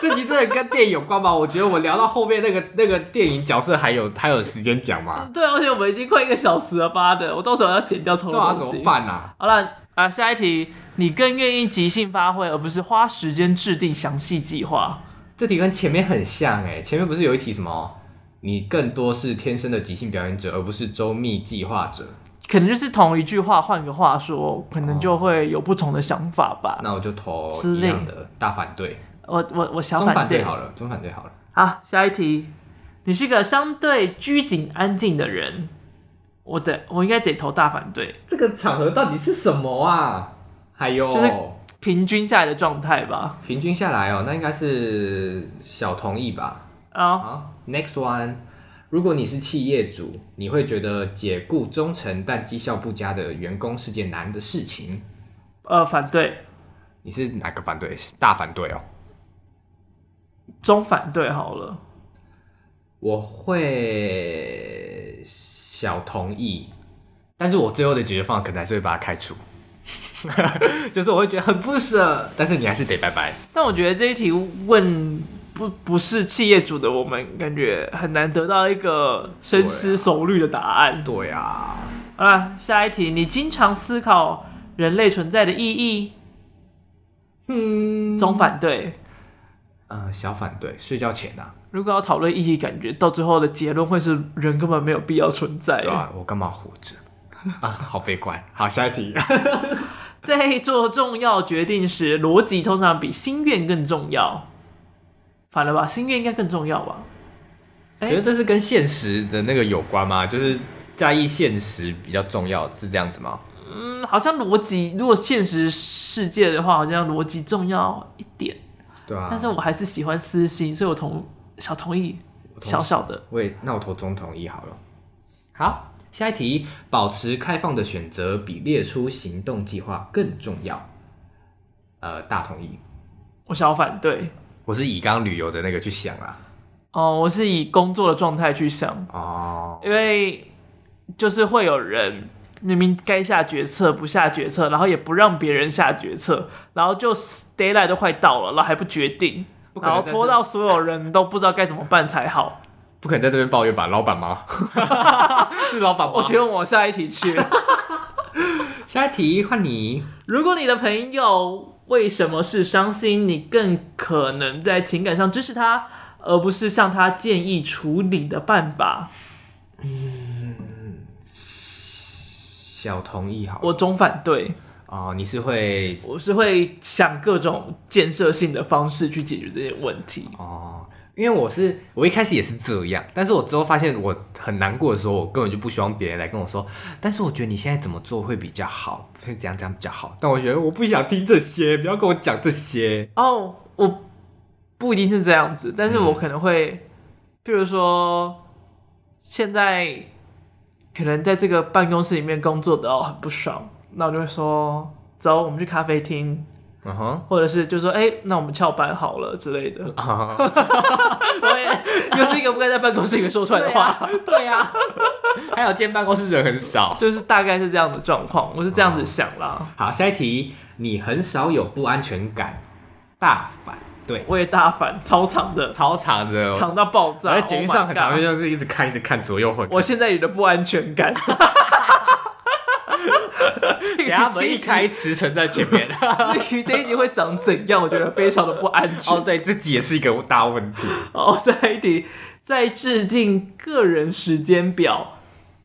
Speaker 2: 这集真的跟电影有关吧？我觉得我聊到后面那个那个电影角色还有还有时间讲吗？
Speaker 1: 对啊，而且我们已经快一个小时了，妈的，我到时候要剪掉超
Speaker 2: 对
Speaker 1: 多
Speaker 2: 啊，
Speaker 1: 东
Speaker 2: 怎么
Speaker 1: 西。
Speaker 2: 办啊？
Speaker 1: 好了啊，下一题，你更愿意即兴发挥，而不是花时间制定详细计划？
Speaker 2: 这题跟前面很像哎、前面不是有一题什么？你更多是天生的即兴表演者，而不是周密计划者。
Speaker 1: 可能就是同一句话，换个话说，可能就会有不同的想法吧。
Speaker 2: 那我就投
Speaker 1: 之
Speaker 2: 一
Speaker 1: 类
Speaker 2: 样的大反对，
Speaker 1: 我我我想
Speaker 2: 中
Speaker 1: 反
Speaker 2: 反
Speaker 1: 对
Speaker 2: 对好了，中反对好了。
Speaker 1: 好，下一题，你是个相对拘谨安静的人，我得我应该得投大反对，
Speaker 2: 这个场合到底是什么啊？还有，
Speaker 1: 就是平均下来的状态吧。
Speaker 2: 平均下来哦，那应该是小同意吧？
Speaker 1: 啊、
Speaker 2: 好，next one，如果你是企业主，你会觉得解雇忠诚但绩效不佳的员工是件难的事情。
Speaker 1: 呃，反对，
Speaker 2: 你是哪个反对？大反对哦。
Speaker 1: 中反对好了。
Speaker 2: 我会小同意，但是我最后的解决方案可能还是会把他开除， 就是我会觉得很不舍，但是你还是得拜拜。
Speaker 1: 但我觉得这一题问不不是企业主的，我们感觉很难得到一个深思熟虑的答案。
Speaker 2: 对啊，
Speaker 1: 好啦，下一题，你经常思考人类存在的意义，
Speaker 2: 嗯，
Speaker 1: 中反对。
Speaker 2: 呃，小反对，睡觉前啊，
Speaker 1: 如果要讨论意义，感觉到最后的结论会是人根本没有必要存在。
Speaker 2: 对啊，我干嘛活着？啊，好悲观。好，下一题。
Speaker 1: 在做重要决定时，逻辑通常比心愿更重要。反了吧，心愿应该更重要吧？哎
Speaker 2: 觉得这是跟现实的那个有关吗？就是在意现实比较重要，是这样子吗？
Speaker 1: 嗯，好像逻辑，如果现实世界的话，好像逻辑重要一点。
Speaker 2: 对啊
Speaker 1: 但是我还是喜欢私心，所以我同小同意，
Speaker 2: 同意
Speaker 1: 小小的
Speaker 2: 我也那我投总统一好了。好，下一题，保持开放的选择比列出行动计划更重要。呃，大同意。
Speaker 1: 我小反对。
Speaker 2: 我是以刚刚旅游的那个去想啊啦。
Speaker 1: 哦，我是以工作的状态去想，
Speaker 2: 哦，
Speaker 1: 因为就是会有人明明该下决策不下决策，然后也不让别人下决策，然后就 d a y l i g h t 都快到了，然后还不决定，
Speaker 2: 不可
Speaker 1: 然
Speaker 2: 能
Speaker 1: 后
Speaker 2: 在
Speaker 1: 拖
Speaker 2: 这
Speaker 1: 到所有人都不知道该怎么办才好。
Speaker 2: 不可能在这边抱怨吧，老板吗？ 是老板吗？
Speaker 1: 我觉得我往下一题去。
Speaker 2: 下一题换你。
Speaker 1: 如果你的朋友为什么是伤心，你更可能在情感上支持他，而不是向他建议处理的办法。
Speaker 2: 小同意好了。
Speaker 1: 我总反对，
Speaker 2: 哦，你是会
Speaker 1: 我是会想各种建设性的方式去解决这些问题。
Speaker 2: 哦，因为我是我一开始也是这样，但是我之后发现我很难过的时候，我根本就不希望别人来跟我说，但是我觉得你现在怎么做会比较好，会怎样怎样比较好。但我觉得我不想听这些，不要跟我讲这些。
Speaker 1: 哦，我不一定是这样子，但是我可能会，譬如说，现在可能在这个办公室里面工作的哦很不爽，那我就会说，走，我们去咖啡厅，
Speaker 2: 嗯哼，
Speaker 1: 或者是就说，哎、那我们翘班好了之类的。
Speaker 2: 啊，
Speaker 1: 又是一个不该在办公室里面说出来的话，
Speaker 2: 对啊呀、 还有今天办公室人很少。
Speaker 1: 就是大概是这样的状况，我是这样子想啦。
Speaker 2: 好，下一题，你很少有不安全感，大反对，
Speaker 1: 我也大反超长的，
Speaker 2: 超长的，哦
Speaker 1: 长到爆炸。
Speaker 2: 我在捷运上
Speaker 1: Oh my
Speaker 2: 很常会
Speaker 1: God
Speaker 2: 就是一直看一直看左右混。
Speaker 1: 我现在有点不安全 感。
Speaker 2: 等 一下门一开，驰骋在前面。
Speaker 1: 至于这一集会长怎样，我觉得非常的不安
Speaker 2: 哦，
Speaker 1: 全。
Speaker 2: 对自己也是一个大问题。
Speaker 1: 哦，下一题，在制定个人时间表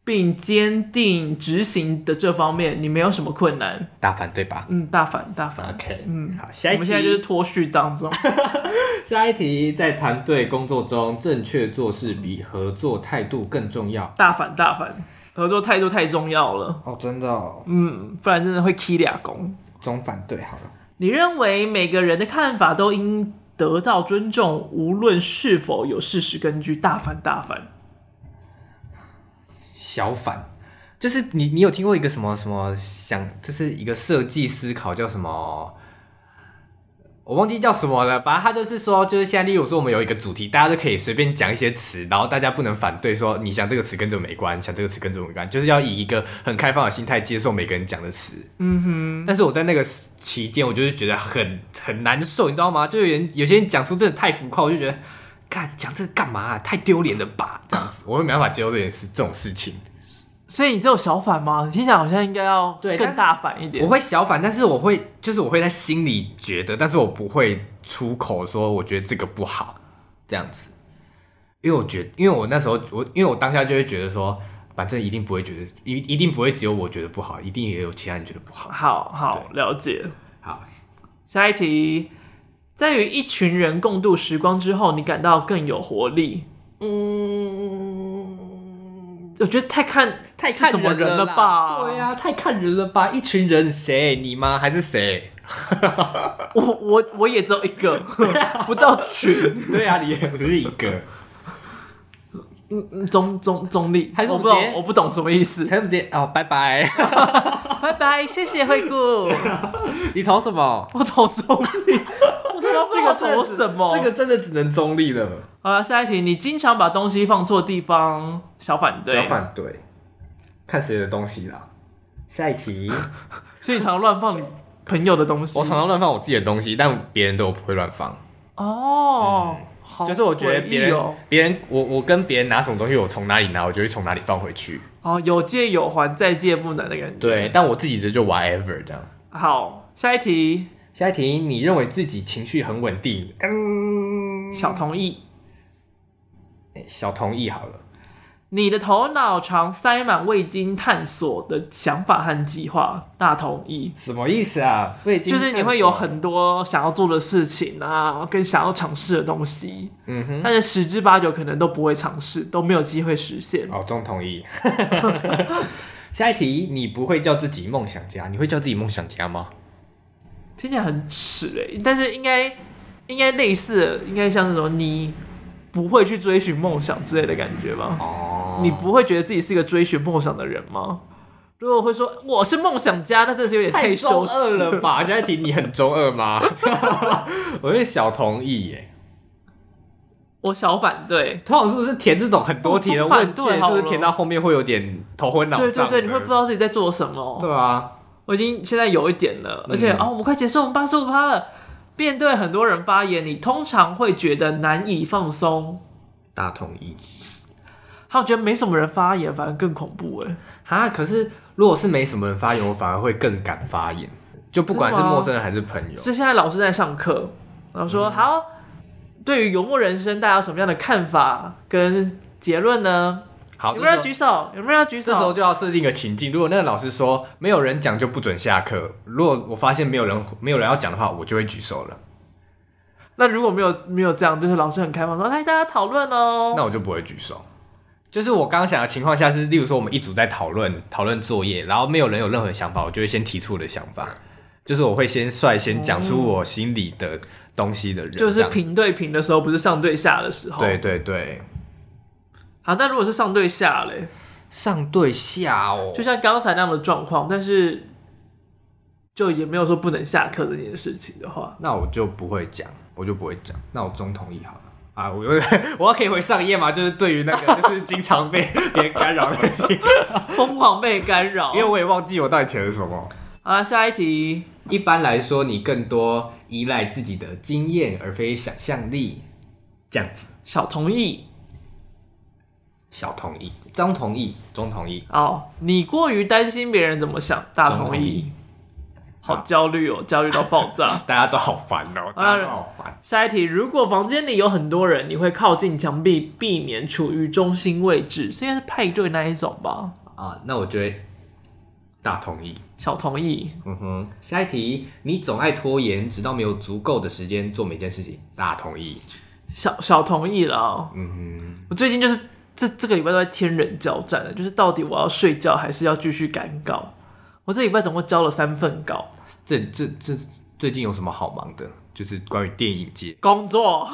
Speaker 1: 并坚定执行的这方面，你没有什么困难。
Speaker 2: 大反对吧
Speaker 1: 嗯，大反大反。
Speaker 2: ？OK，
Speaker 1: 嗯
Speaker 2: 好，下一
Speaker 1: 我
Speaker 2: 题。
Speaker 1: 们现在就是脱序当 中。
Speaker 2: 下一题，在团队工作中，正确做事比合作态度更重要。
Speaker 1: 大反大反，合作态度太重要了，
Speaker 2: 哦，真的、哦，
Speaker 1: 嗯，不然真的会踢俩工。
Speaker 2: 总反对好了。
Speaker 1: 你认为每个人的看法都应得到尊重，无论是否有事实根据，大反大反。
Speaker 4: 小反，
Speaker 2: 就是你，你有听过一个什么什么想，就是一个设计思考叫什么？我忘记叫什么了，反正他就是说，就是现在，例如说我们有一个主题，大家都可以随便讲一些词，然后大家不能反对说你想这个词跟这个没关，想这个词跟这个没关，就是要以一个很开放的心态接受每个人讲的词。
Speaker 1: 嗯
Speaker 2: 但是我在那个期间，我就是觉得很很难受，你知道吗？就有人有些人讲出真的太浮夸，我就觉得，干讲这个干嘛啊、太丢脸了吧？这样子，我也没办法接受这件事这种事情。
Speaker 1: 哼，所以你只有小反吗？你听起来好像应该要
Speaker 2: 对但
Speaker 1: 更
Speaker 2: 是
Speaker 1: 大反一点。
Speaker 2: 我会小反，但是我会就是我会在心里觉得，但是我不会出口说我觉得这个不好这样子，因为我觉因为我那时候我因为我当下就会觉得说，反正一定不会觉得一一定不会只有我觉得不好，一定也有其他人觉得不好。
Speaker 1: 好好了解。
Speaker 2: 好，
Speaker 1: 下一题，在与一群人共度时光之后，你感到更有活力。嗯，我觉得太看
Speaker 2: 太
Speaker 1: 是什么人了啊吧？
Speaker 2: 对、呀、太看人了吧？一群人谁？你吗？还是谁？
Speaker 1: 我我我也只有一个， 不到群。
Speaker 2: 对呀、你也不是一个。
Speaker 1: 嗯中中中立，
Speaker 2: 还是
Speaker 1: 我
Speaker 2: 我
Speaker 1: 不
Speaker 2: 们直
Speaker 1: 懂，
Speaker 2: 接
Speaker 1: 我不懂什么意思。
Speaker 2: 才不接哦，拜拜。
Speaker 1: 拜拜，谢谢惠顾。
Speaker 2: 你投什么？
Speaker 1: 我投中立，我都不知道投什么。
Speaker 2: 这个真的只能中立了，
Speaker 1: 好了，下一题，你经常把东西放错地方，小反对，
Speaker 2: 要反对，看谁的东西啦。下一题，
Speaker 1: 所以你常乱放你朋友的东西。
Speaker 2: 我常常乱放我自己的东西，但别人都不会乱放。
Speaker 1: 哦，好
Speaker 2: 嗯就是我觉得别人
Speaker 1: 诡异哦，
Speaker 2: 别人我我跟别人拿什么东西，我从哪里拿，我就会从哪里放回去。
Speaker 1: 哦有借有还，再借不难的感觉。
Speaker 2: 对，，但我自己的就 whatever 这样。
Speaker 1: 好，下一题，
Speaker 2: 下一题，你认为自己情绪很稳定？
Speaker 1: 小同意，
Speaker 2: 哎小同意好了。
Speaker 1: 你的头脑常塞满未经探索的想法和计划，大同意。
Speaker 2: 什么意思啊？我已经
Speaker 1: 就是你会有很多想要做的事情啊，跟想要尝试的东西，
Speaker 2: 嗯哼，
Speaker 1: 但是十之八九可能都不会尝试，都没有机会实现。
Speaker 2: 哦，中同意。 下一题，你不会叫自己梦想家，你会叫自己梦想家吗？
Speaker 1: 听起来很耻哎、但是应该应该类似的，应该像是什么你不会去追寻梦想之类的感觉吧？
Speaker 2: 哦
Speaker 1: 你不会觉得自己是一个追寻梦想的人吗？如果会说我是梦想家，那真的是有点羞耻
Speaker 2: 了。吧？下一题，你很中二 吗？我是小同意耶。
Speaker 1: 我小反对，
Speaker 2: 通常是不是填这种很多题的问
Speaker 1: 哦中反对
Speaker 2: 卷，
Speaker 1: 好
Speaker 2: 是
Speaker 1: 了
Speaker 2: 不是填到后面会有点头昏脑胀
Speaker 1: 对啊
Speaker 2: 的？
Speaker 1: 对对，你会不知道自己在做什么。
Speaker 2: 对啊，
Speaker 1: 我已经现在有一点了，而且啊、
Speaker 2: 嗯
Speaker 1: 哦我们快结束，我们八十五趴了。面对很多人发言，你通常会觉得难以放松，
Speaker 2: 大同意。
Speaker 1: 还有觉得没什么人发言，反而更恐怖哎。
Speaker 2: 哈，可是如果是没什么人发言，我反而会更敢发言，就不管是
Speaker 1: 真的吗
Speaker 2: 陌生人还是朋友。
Speaker 1: 就现在老师在上课，然后说、
Speaker 2: 嗯
Speaker 1: 好，对于游牧人生，大家有什么样的看法跟结论呢？有
Speaker 2: 好，这
Speaker 1: 没有
Speaker 2: 时
Speaker 1: 人
Speaker 2: 候
Speaker 1: 举手？有没有人举
Speaker 2: 这时候
Speaker 1: 手？
Speaker 2: 就要设定一个情境，如果那个老师说没有人讲就不准下课，如果我发现没有人没有人要讲的话，我就会举手了，
Speaker 1: 那如果没有没有这样，就是老师很开放说来大家讨论哦。
Speaker 2: 那我就不会举手。就是我刚刚想的情况下是，例如说我们一组在讨论讨论作业，然后没有人有任何想法，我就会先提出我的想法，就是我会先率先讲出我心里的东西的人，
Speaker 1: 就
Speaker 2: 这
Speaker 1: 是
Speaker 2: 样子
Speaker 1: 平对平的时候，不是上对下的时候。
Speaker 2: 对。对对，
Speaker 1: 好，但如果是上对下嘞，
Speaker 2: 上对下哦，
Speaker 1: 就像刚才那样的状况，但是就也没有说不能下课这件事情的话，
Speaker 2: 那我就不会讲，我就不会讲。那我中同意好了。啊，我 我要可以回上一页吗？就是对于那个，就是经常被 别人干扰的问题，
Speaker 1: 疯狂被干扰。
Speaker 2: 因为我也忘记我到底填了什么。
Speaker 1: 好啦，下一题，
Speaker 2: 一般来说，你更多依赖自己的经验而非想象力，这样子。
Speaker 1: 小同意。
Speaker 2: 小同意，中同意，中同意，
Speaker 1: 哦，你过于担心别人怎么想，大
Speaker 2: 中
Speaker 1: 同
Speaker 2: 同
Speaker 1: 意
Speaker 2: 意。。。
Speaker 1: 好焦虑哦，焦虑到爆炸
Speaker 2: 大家都好烦
Speaker 1: 啊
Speaker 2: 哦，大家都好烦。
Speaker 1: 下一题，如果房间里有很多人，你会靠近墙壁，避免处于中心位置，这应该是派对那一种吧？
Speaker 2: 啊，那我觉得大同意。
Speaker 1: 小同意，
Speaker 2: 嗯哼，下一题，你总爱拖延，直到没有足够的时间做每件事情。大同意。
Speaker 1: 小小同意了哦、
Speaker 2: 嗯
Speaker 1: 我最近就是这这个礼拜都在天人交战的，就是到底我要睡觉还是要继续赶稿？我这礼拜总共交了三份稿，
Speaker 2: 哼，这这这最近有什么好忙的？就是关于电影 界。
Speaker 1: 工作，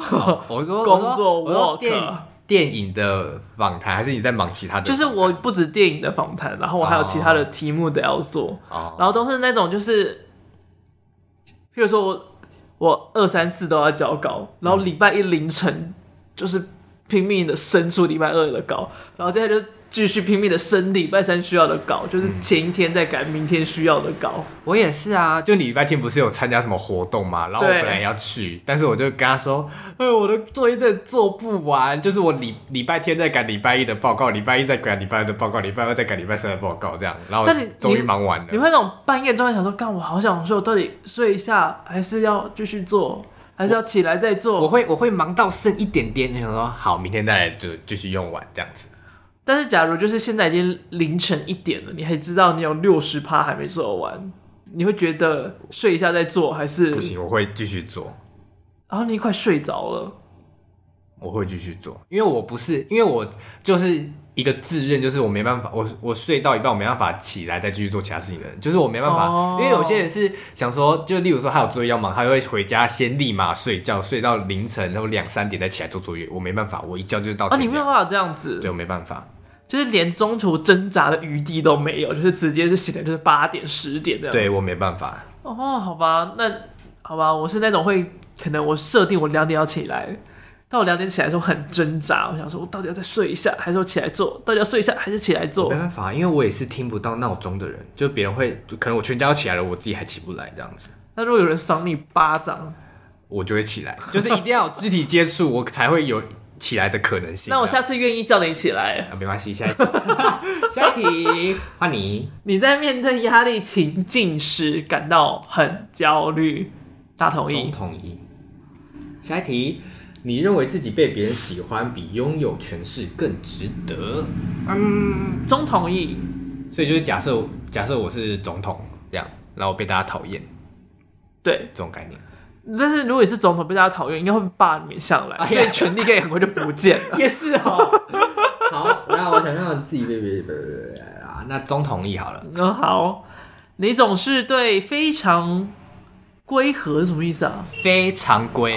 Speaker 2: 我说
Speaker 1: 工
Speaker 2: 我
Speaker 1: 作
Speaker 2: 说我说
Speaker 1: work
Speaker 2: 电电影的访谈，还是你在忙其他的访
Speaker 1: 就
Speaker 2: 谈？
Speaker 1: 是我不止电影的访谈，然后我还有其他的题目的要做，
Speaker 2: 哦，
Speaker 1: 然后都是那种就是，譬如说我我二三四都要交稿，然后礼拜一凌晨就是拼命的生出礼拜二的稿，然后接下来就继续拼命的生礼拜三需要的稿，就是前一天在赶明天需要的稿，
Speaker 2: 我也是啊，就你礼拜天不是有参加什么活动嘛，然后我
Speaker 1: 对
Speaker 2: 本来要去，但是我就跟他说，呃，我的作业真的做不完，就是我礼礼拜天在赶礼拜一的报告，礼拜一在赶礼拜二的报告，礼拜二在赶礼拜三的报告，这样，然后
Speaker 1: 但你
Speaker 2: 终于忙完
Speaker 1: 你
Speaker 2: 了。
Speaker 1: 会那种半夜突然想说，干我好想睡，我到底睡一下还是要继续做，还是要起来再做？
Speaker 2: 我会我会忙到剩一点点，就想说好，明天再来就继续用完这样子。
Speaker 1: 但是，假如就是现在已经凌晨一点了，你还知道你有六十趴还没做完，你会觉得睡一下再做还是？
Speaker 2: 不行，我会继续做，
Speaker 1: 然后你快睡着了，
Speaker 2: 我会继续做，因为我不是，因为我就是一个自认就是我没办法，我我睡到一半我没办法起来再继续做其他事情的人，就是我没办法，
Speaker 1: 哦
Speaker 2: 因为有些人是想说，就例如说他有作业要忙，他会回家先立马睡觉，睡到凌晨然后两三点再起来做作业，我没办法，我一觉就是到
Speaker 1: 啊，
Speaker 2: 天
Speaker 1: 你
Speaker 2: 亮。
Speaker 1: 没有办法这样子
Speaker 2: 对，，我没办法，
Speaker 1: 就是连中途挣扎的余地都没有，就是直接是醒来就是八点十点这样。，
Speaker 2: 对我没办法，
Speaker 1: 哦，好吧，那好吧，我是那种会可能我设定我两点要起来，但我两点起来的时候很挣扎，我想说我到底要再睡一下，还是我起来做？到底要睡一下还是起来
Speaker 2: 我
Speaker 1: 做
Speaker 2: 没？办法，因为我也是听不到闹钟的人，就别人会就可能我全家都起来了，我自己还起不来这样子。
Speaker 1: 那如果有人赏你巴掌，
Speaker 2: 我就会起来，就是一定要有肢体接触，我才会有起来的可能性。
Speaker 1: 那我
Speaker 2: 这样
Speaker 1: 下次愿意叫你起来。
Speaker 2: 啊，没关系，下一题， 下一题，换你。
Speaker 1: 你在面对压力情境时感到很焦虑，大同
Speaker 2: 总
Speaker 1: 意。
Speaker 2: 统一。下一题，你认为自己被别人喜欢比拥有权势更值得？
Speaker 1: 嗯，中同意。
Speaker 2: 所以就是假设假设我是总统这样，然后被大家讨厌
Speaker 1: 对，
Speaker 2: 这种概念。
Speaker 1: 但是如果你是总统被大家讨厌，应该会被罢免上来，
Speaker 2: 哎呀
Speaker 1: 所以权力可以很快就不见了。
Speaker 2: 也是哦。 好，那我想让自己被别人啊，那中统一好了。
Speaker 1: 嗯，好，你总是对非常龟合是什么意思啊？
Speaker 2: 非常规，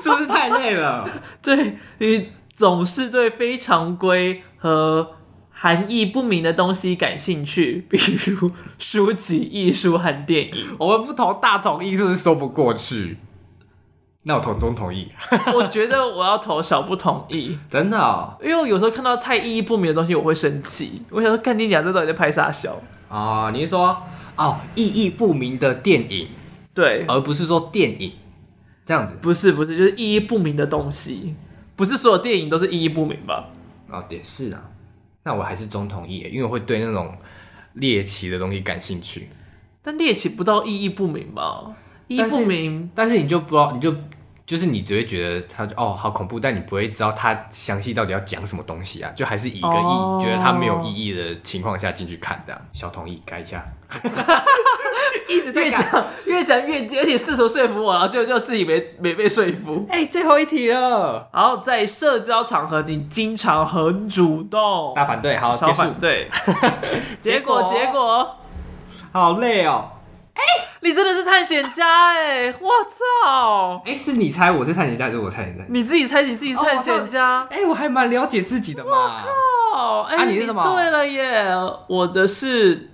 Speaker 2: 是不是太累了？
Speaker 1: 对你总是对非常规和含义不明的东西感兴趣， 比如书籍、艺术和电影。
Speaker 2: 我们不投大统一是不是说不过去？那我投中同意，
Speaker 1: 我觉得我要投小不同意。
Speaker 2: 真的哦。
Speaker 1: 因为我有时候看到太意义不明的东西，我会生气。我想说，干你俩这到底在拍啥笑？
Speaker 2: 哦你是说哦意义不明的电影，
Speaker 1: 对，
Speaker 2: 而不是说电影这样子？
Speaker 1: 不是不是，就是意义不明的东西，不是所有电影都是意义不明吧？
Speaker 2: 哦，也是啊。那我还是中同意耶，因为我会对那种猎奇的东西感兴趣。
Speaker 1: 但猎奇不到意义不明吧？意义
Speaker 2: 但是
Speaker 1: 不明，
Speaker 2: 但是你就不知道，你就就是你只会觉得它就哦好恐怖，但你不会知道它详细到底要讲什么东西啊，就还是以一个意、
Speaker 1: 哦
Speaker 2: 觉得它没有意义的情况下进去看这样。小同意改一下，一直
Speaker 1: 越讲越讲越，而且试图说服我，然后就就自己没没被说服。
Speaker 2: 哎、最后一题了，
Speaker 1: 然后在社交场合，你经常很主动，
Speaker 2: 大反对，好
Speaker 1: 小
Speaker 2: 结束，
Speaker 1: 反 对，结果
Speaker 2: 结果
Speaker 1: 结果，
Speaker 2: 好累哦。
Speaker 1: 你真的是探险家哎、我操！
Speaker 2: 哎、是你猜我是探险家还是 我猜你猜？
Speaker 1: 你自己猜你自己是探险家
Speaker 2: 哎、我还蛮了解自己的嘛。
Speaker 1: 哦，哎、
Speaker 2: 啊你是什么
Speaker 1: 对了耶，我的是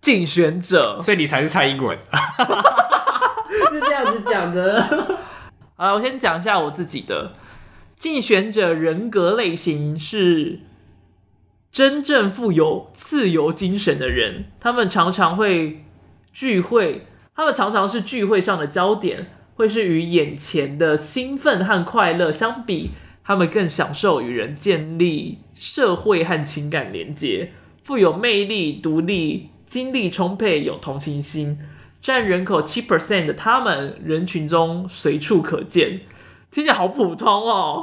Speaker 1: 竞选者。
Speaker 2: 所以你才是蔡英文， 是这样子讲的。
Speaker 1: 好了，我先讲一下我自己的竞选者人格类型是真正富有自由精神的人，他们常常会聚会，他们常常是聚会上的焦点，会是与眼前的兴奋和快乐相比，他们更享受与人建立社会和情感连接，富有魅力、独立、精力充沛，有同情心。占人口七 percent 的他们，人群中随处可见。听起来好普通哦，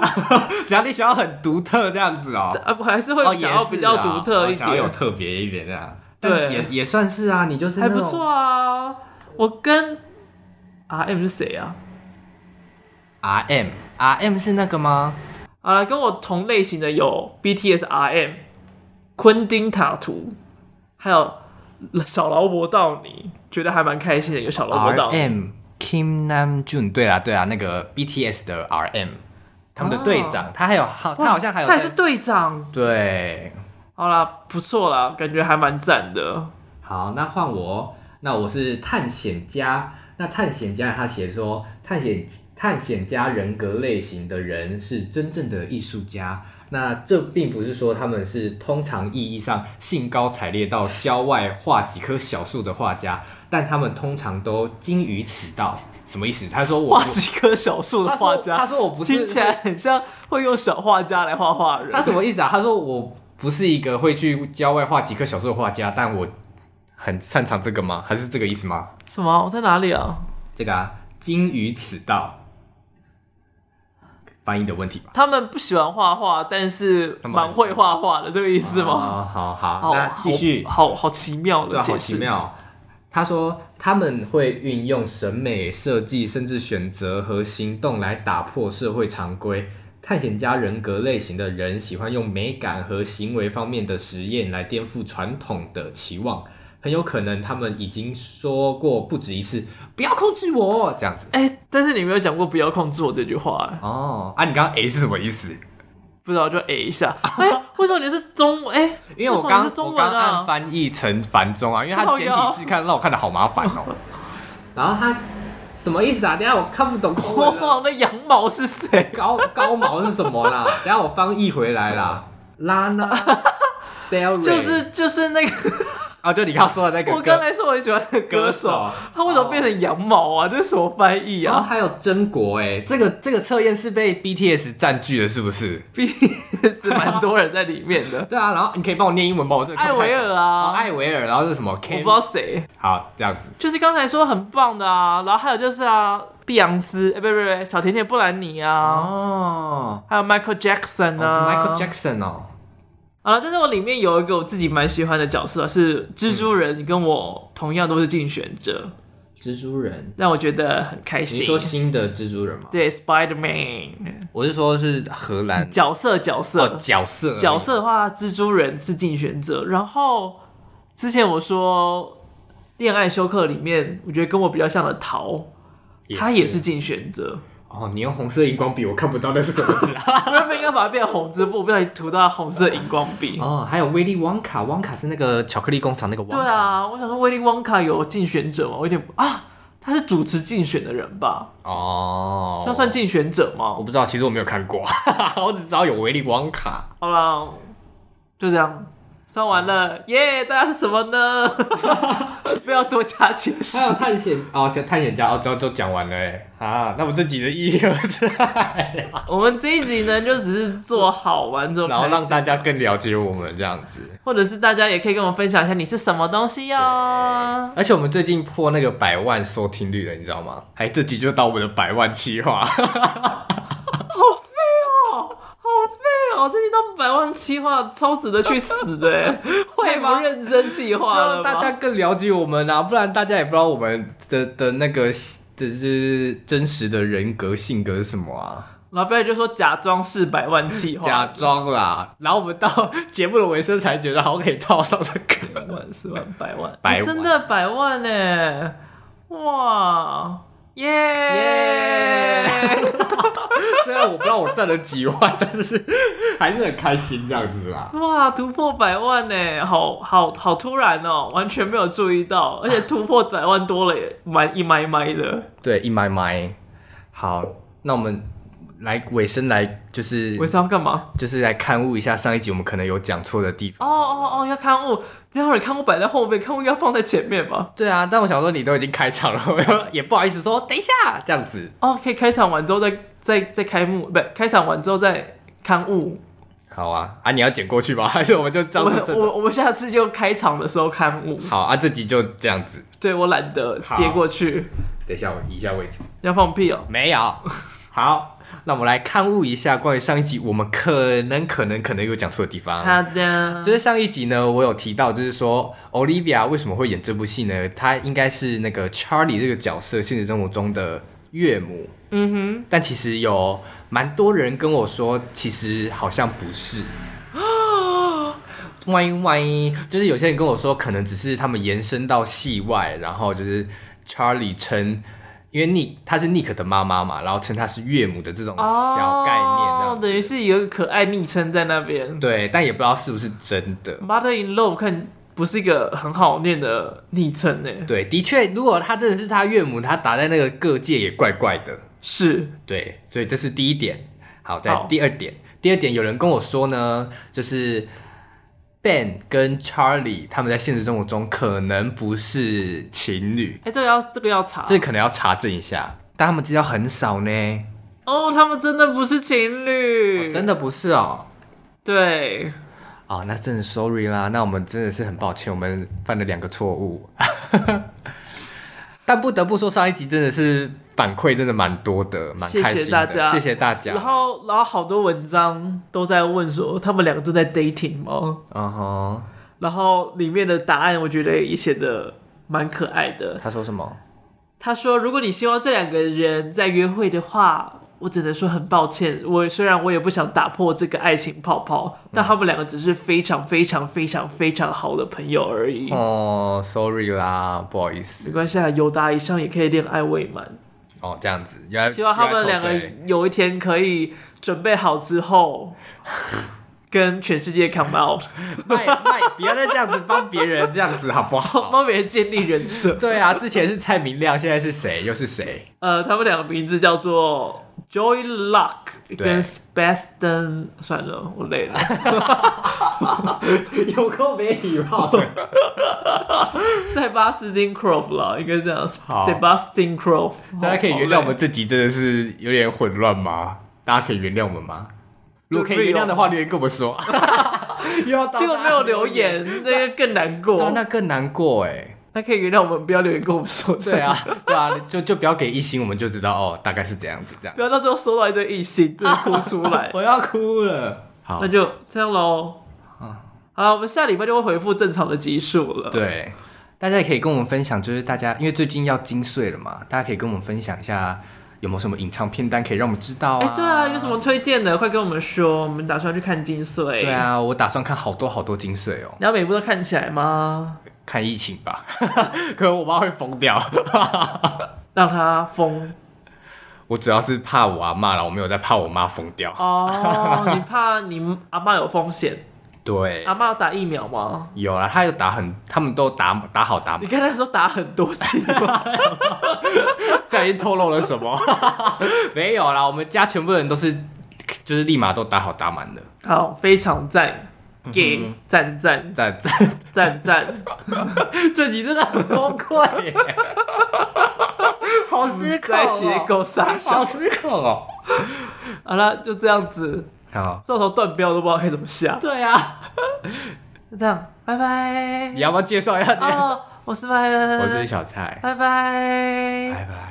Speaker 2: 只要你想要很独特这样子哦。
Speaker 1: 啊，我还是会
Speaker 2: 也
Speaker 1: 想要
Speaker 2: 是
Speaker 1: 比较
Speaker 2: 啊
Speaker 1: 独特一
Speaker 2: 想要有
Speaker 1: 点，
Speaker 2: 特别一点这样。
Speaker 1: 对
Speaker 2: 但也也算是啊，你就是那
Speaker 1: 还
Speaker 2: 种
Speaker 1: 不错啊。我跟 R M 是谁啊？
Speaker 2: R M R M 是那个吗？
Speaker 1: 好了，跟我同类型的有 B T S R M、昆汀塔图，还有小劳勃道尼，觉得还蛮开心的。有小劳勃
Speaker 2: R
Speaker 1: 道尼，
Speaker 2: M
Speaker 3: Kim Nam Jun，对啦对啦，那个 BTS 的 RM，他们的队长，他还有好，他好像还有
Speaker 1: 啊他也
Speaker 3: 在
Speaker 1: 是队长。
Speaker 3: 对，
Speaker 1: 好啦，不错啦，感觉还蛮赞的。
Speaker 2: 好，那换我，那我是探险家。那探险家他写说，探险探险家人格类型的人是真正的艺术家。那这并不是说他们是通常意义上兴高采烈到郊外画几棵小树的画家，但他们通常都精于此道。什么意思？他说 我
Speaker 1: 画几棵小树的
Speaker 2: 他
Speaker 1: 画
Speaker 2: 说
Speaker 1: 家，
Speaker 2: 他说我不是
Speaker 1: 听起来很像会用小画家来画画的人。
Speaker 2: 他什么意思啊？他说我不是一个会去郊外画几棵小树的画家，但我很擅长这个吗？还是这个意思吗？
Speaker 1: 什么？我在哪里啊？
Speaker 2: 这个啊，精于此道，翻译的问题吧。
Speaker 1: 他们不喜欢画画，但是
Speaker 2: 他们
Speaker 1: 蛮会画画的，这个意思吗？
Speaker 2: 啊好好，
Speaker 1: 好
Speaker 2: 那继续，
Speaker 1: 好好好奇妙
Speaker 2: 对
Speaker 1: 的
Speaker 2: 啊，
Speaker 1: 解
Speaker 2: 好
Speaker 1: 释。
Speaker 2: 奇妙。他说他们会运用审美设计，甚至选择和行动来打破社会常规。探险家人格类型的人喜欢用美感和行为方面的实验来颠覆传统的期望。很有可能他们已经说过不止一次“不要控制我”这样子。
Speaker 1: 哎、但是你没有讲过不要控制我这句话、哎
Speaker 2: 哦，啊，你刚刚 A 是什么意思？
Speaker 1: 不知道就 A 一 下。哎、为什么你是中？哎、
Speaker 3: 因为我
Speaker 1: 什么
Speaker 3: 刚、
Speaker 1: 你是中
Speaker 3: 我
Speaker 1: 文
Speaker 3: 刚按
Speaker 1: 啊？
Speaker 3: 翻译成繁中啊，因为它
Speaker 1: 靠
Speaker 3: 简
Speaker 1: 腰
Speaker 3: 体字看让我看的好麻烦哦。
Speaker 2: 然后他什么意思啊？等一下我看不懂中
Speaker 1: 国
Speaker 2: 文了。
Speaker 1: 王的羊毛是谁？
Speaker 2: 高高毛是什么啦？等一下我翻译回来啦。拉娜 Del Rey
Speaker 1: 就是就是那个，
Speaker 3: 哦，就你刚刚说的那
Speaker 1: 我
Speaker 3: 个
Speaker 1: 刚
Speaker 3: 歌，
Speaker 1: 才说我很喜欢的歌手，，他为什么变成羊毛啊？这是什么翻译
Speaker 2: 然后
Speaker 1: 啊
Speaker 2: 还有真国哎，，
Speaker 3: 这个这个测验是被 BTS 占据了，是不是？
Speaker 1: 毕竟是蛮多人在里面的
Speaker 2: 对啊，然后你可以帮我念英文吗？我这
Speaker 1: 艾维尔啊，
Speaker 2: 哦，艾哦维尔，然后是什么
Speaker 1: 我不
Speaker 2: K？
Speaker 1: 知道谁，
Speaker 3: 好，这样子，
Speaker 1: 就是刚才说很棒的啊，然后还有就是啊，碧昂斯，哎，不不不，小甜甜布兰妮啊，
Speaker 3: 哦，
Speaker 1: 还有 Michael Jackson
Speaker 3: 哦是
Speaker 1: 啊
Speaker 3: Michael Jackson 哦，
Speaker 1: 啊，但是我里面有一个我自己蛮喜欢的角色是蜘蛛人，跟我同样都是竞选者，
Speaker 2: 蜘蛛人，
Speaker 1: 让我觉得很开
Speaker 2: 你
Speaker 1: 心。
Speaker 2: 说新的蜘蛛人吗？
Speaker 1: 对 Spider Man
Speaker 3: 我是说是荷兰
Speaker 1: 角色角色、
Speaker 3: 哦角色而已
Speaker 1: 角色的话，蜘蛛人是竞选者。然后之前我说《恋爱休克》里面，我觉得跟我比较像的桃，他也是竞选者。
Speaker 2: 哦，你用红色荧光笔，我看不到那是什么字啊。
Speaker 1: 我原本应该把它变红之布，不小心涂到红色荧光笔。
Speaker 3: 哦， 还有威利旺卡，旺卡是那个巧克力工厂那个旺
Speaker 1: 对
Speaker 3: 卡，
Speaker 1: 啊，我想说威利旺卡有竞选者吗？我有点啊，他是主持竞选的人吧？
Speaker 3: 哦，
Speaker 1: 他算竞选者吗
Speaker 3: 我？不知道，其实我没有看过， 我只知道有威利旺卡。
Speaker 1: 好啦，就这样。算完了，耶、大家是什么呢？ 不要多加解释
Speaker 2: 还。有 探险哦，小探险家哦，
Speaker 3: 就就讲完了哎、啊，那我这集的意义何在？
Speaker 1: 我们这一集呢，就只是做好玩这种，
Speaker 3: 然后让大家更了解我们这样子。
Speaker 1: 或者是大家也可以跟我们分享一下你是什么东西啊哟、
Speaker 3: 而且我们最近破那个百万收听率了，你知道吗？哎，这集就到我们的百万计划。
Speaker 1: 哦，好废哦！这集到百万企划，超值得去死的 耶，
Speaker 3: 会吗
Speaker 1: 太不认真企划
Speaker 3: 就
Speaker 1: 了
Speaker 3: 让
Speaker 1: 吧
Speaker 3: 大家更了解我们啊，不然大家也不知道我们的的那个这是真实的人格性格是什么啊？
Speaker 1: 然后不要就说假装是百万企划，
Speaker 3: 假装啦，然后我们到节目的尾声才觉得好像可以套上这个。
Speaker 1: 百万、十万、百万，
Speaker 3: 百万
Speaker 1: 欸真的百万呢！哇，耶、
Speaker 3: 虽然我不知道我占了几万，但是还是很开心这样子啦。
Speaker 1: 哇，突破百万呢，好好好突然哦，完全没有注意到，而且突破百万多了也蛮一麦一麦 的。
Speaker 3: 对，一麦麦。好，那我们来尾声来就是
Speaker 1: 我是要干嘛？
Speaker 3: 就是来看悟一下上一集我们可能有讲错的地方。
Speaker 1: 哦哦哦，要刊物，等会儿刊物摆在后面，刊物要放在前面吧。
Speaker 3: 对啊，但我想说你都已经开场了，我又也不好意思说等一下这样子。
Speaker 1: 哦，可以开场完之后再再再开幕，不，开场完之后再刊物。
Speaker 3: 好啊，啊，你要剪过去吧， 还是我们就
Speaker 1: 我
Speaker 3: 照
Speaker 1: 们
Speaker 3: 着
Speaker 1: 我我们下次就开场的时候刊物。
Speaker 3: 好啊，这集就这样子。
Speaker 1: 对我懒得
Speaker 3: 好
Speaker 1: 接过去，
Speaker 3: 等一下，我移一下位置。
Speaker 1: 要放屁哦。
Speaker 3: 没有。好，那我们来看悟一下关于上一集我们可能可能可能有讲错的地
Speaker 1: 好
Speaker 3: 方。
Speaker 1: 的，
Speaker 3: 就是上一集呢，我有提到，就是说 Olivia 为什么会演这部戏呢？她应该是那个 Charlie 这个角色现实生活中的岳母，
Speaker 1: 嗯
Speaker 3: 但其实有蛮多人跟我说，其实好像不 是。万一万一，就是有些人跟我说，可能只是他们延伸到戏外，然后就是 Charlie 称
Speaker 2: 因为 Nick 她是 Nick 的妈妈嘛，然后称她是岳母的这种小概念这样
Speaker 1: 哦，等于是一个可爱昵称在那边。
Speaker 2: 对，但也不知道是不是真的。
Speaker 1: Mother in Love 看不是一个很好念的昵称呢，
Speaker 2: 对，的确，如果她真的是她岳母，她打在那个各界也怪怪的。
Speaker 1: 是
Speaker 2: 对，所以这是第一点。好，在
Speaker 1: 好
Speaker 2: 第二点，第二点有人跟我说呢，就是 Ben 跟 Charlie 他们在现实生活中可能不是情侣，
Speaker 1: 哎、这个要这个要查
Speaker 2: 这可能要查证一下。但他们资料很少呢，
Speaker 1: 哦，他们真的不是情侣，
Speaker 2: 真的不是哦。
Speaker 1: 对，
Speaker 2: 哦，那真的 sorry 啦，那我们真的是很抱歉，我们犯了两个错误。 但不得不说，上一集真的是反馈真的蛮多的，蛮
Speaker 1: 谢谢
Speaker 2: 开心的，
Speaker 1: 大家
Speaker 2: 谢谢大家。
Speaker 1: 然后然后好多文章都在问说他们两个正在 dating 吗？
Speaker 2: 嗯哼，
Speaker 1: 然后里面的答案我觉得也写的蛮可爱的。
Speaker 2: 他说什么？
Speaker 1: 他说，如果你希望这两个人在约会的话。我只能说很抱歉，我虽然我也不想打破这个爱情泡泡，但他们两个只是非常非常非常非常好的朋友而已。
Speaker 2: 哦，sorry 啦，不好意思。
Speaker 1: 没关系啊，有达以上也可以恋爱未满。
Speaker 2: 哦，这样子，原来
Speaker 1: 希望他
Speaker 2: 原
Speaker 1: 们
Speaker 2: 来
Speaker 1: 两
Speaker 2: 凑
Speaker 1: 个
Speaker 2: 对
Speaker 1: 有一天可以准备好之后，跟全世界 come out，
Speaker 2: 卖卖，不要再这样子帮别人这样子好不好？
Speaker 1: 帮别人建立人设。
Speaker 2: 对啊，之前是蔡明亮，现在是谁？又是谁？
Speaker 1: 呃，他们两个名字叫做 Joy Luck
Speaker 2: 对
Speaker 1: 跟 Sebastian，算了，我 累了。
Speaker 2: 有够没礼貌的。
Speaker 1: 塞巴斯汀 Croft 啦，应该这样。
Speaker 2: 好
Speaker 1: Sebastian Croft，
Speaker 2: 大家可以原谅我
Speaker 1: 好
Speaker 2: 们
Speaker 1: 累
Speaker 2: 这集真的是有点混乱吗？大家可以原谅我们吗？如果可以
Speaker 1: 就没有
Speaker 2: 原谅的话，留言跟我们说。 又要
Speaker 1: 结果没有留， 言，那个更难过。
Speaker 2: 啊那更难过哎。
Speaker 1: 那可以原谅我们，不要留言跟我们说。
Speaker 2: 对，啊，对啊，就就不要给一星，我们就知道哦，大概是这样子这样
Speaker 1: 不。要到最后收到一堆异 性，真的哭出来。
Speaker 2: 我要哭了。好
Speaker 1: 那，就这样喽。好了，我们下礼拜就会恢复正常的集数了。，
Speaker 2: 对，大家也可以跟我们分享，就是大家因为最近要金穗了嘛，大家可以跟我们分享一下有没有什么隐藏片单可以让我们知道
Speaker 1: 哎、
Speaker 2: 啊？
Speaker 1: 对啊，有什么推荐的，快跟我们说。我们打算去看金穗。
Speaker 2: 对，啊，我打算看好多好多金穗哦。
Speaker 1: 你要每部都看起来吗？
Speaker 2: 看疫情吧， 可能我妈会疯掉。
Speaker 1: 让它疯
Speaker 2: 我主要是怕我阿妈了，我没有在怕我妈疯 掉。
Speaker 1: 哦，你怕你阿妈有风险？
Speaker 2: 对，
Speaker 1: 阿妈有打疫苗吗？
Speaker 2: 有啦，她有打很，他们都打打好打
Speaker 1: 你
Speaker 2: 满。
Speaker 1: 刚才说打很多剂吗？
Speaker 2: 不小心透露了什么？ 没有啦，我们家全部人都是，就是立马都打好打满的。
Speaker 1: 好，非常赞，给赞赞
Speaker 2: 在在，
Speaker 1: 赞 赞，这集真的很崩溃 耶，
Speaker 2: 好哦
Speaker 1: 在斜沟傻笑。
Speaker 2: 失控哦。
Speaker 1: 好了，就这样子，
Speaker 2: 好，
Speaker 1: 到头断标都不知道该怎么下。
Speaker 2: 对啊，
Speaker 1: 就这样，拜拜
Speaker 2: 你。要不要介绍一下你？
Speaker 1: 哦，我是麦恩，
Speaker 2: 我是小蔡，
Speaker 1: 拜拜。
Speaker 2: 拜拜。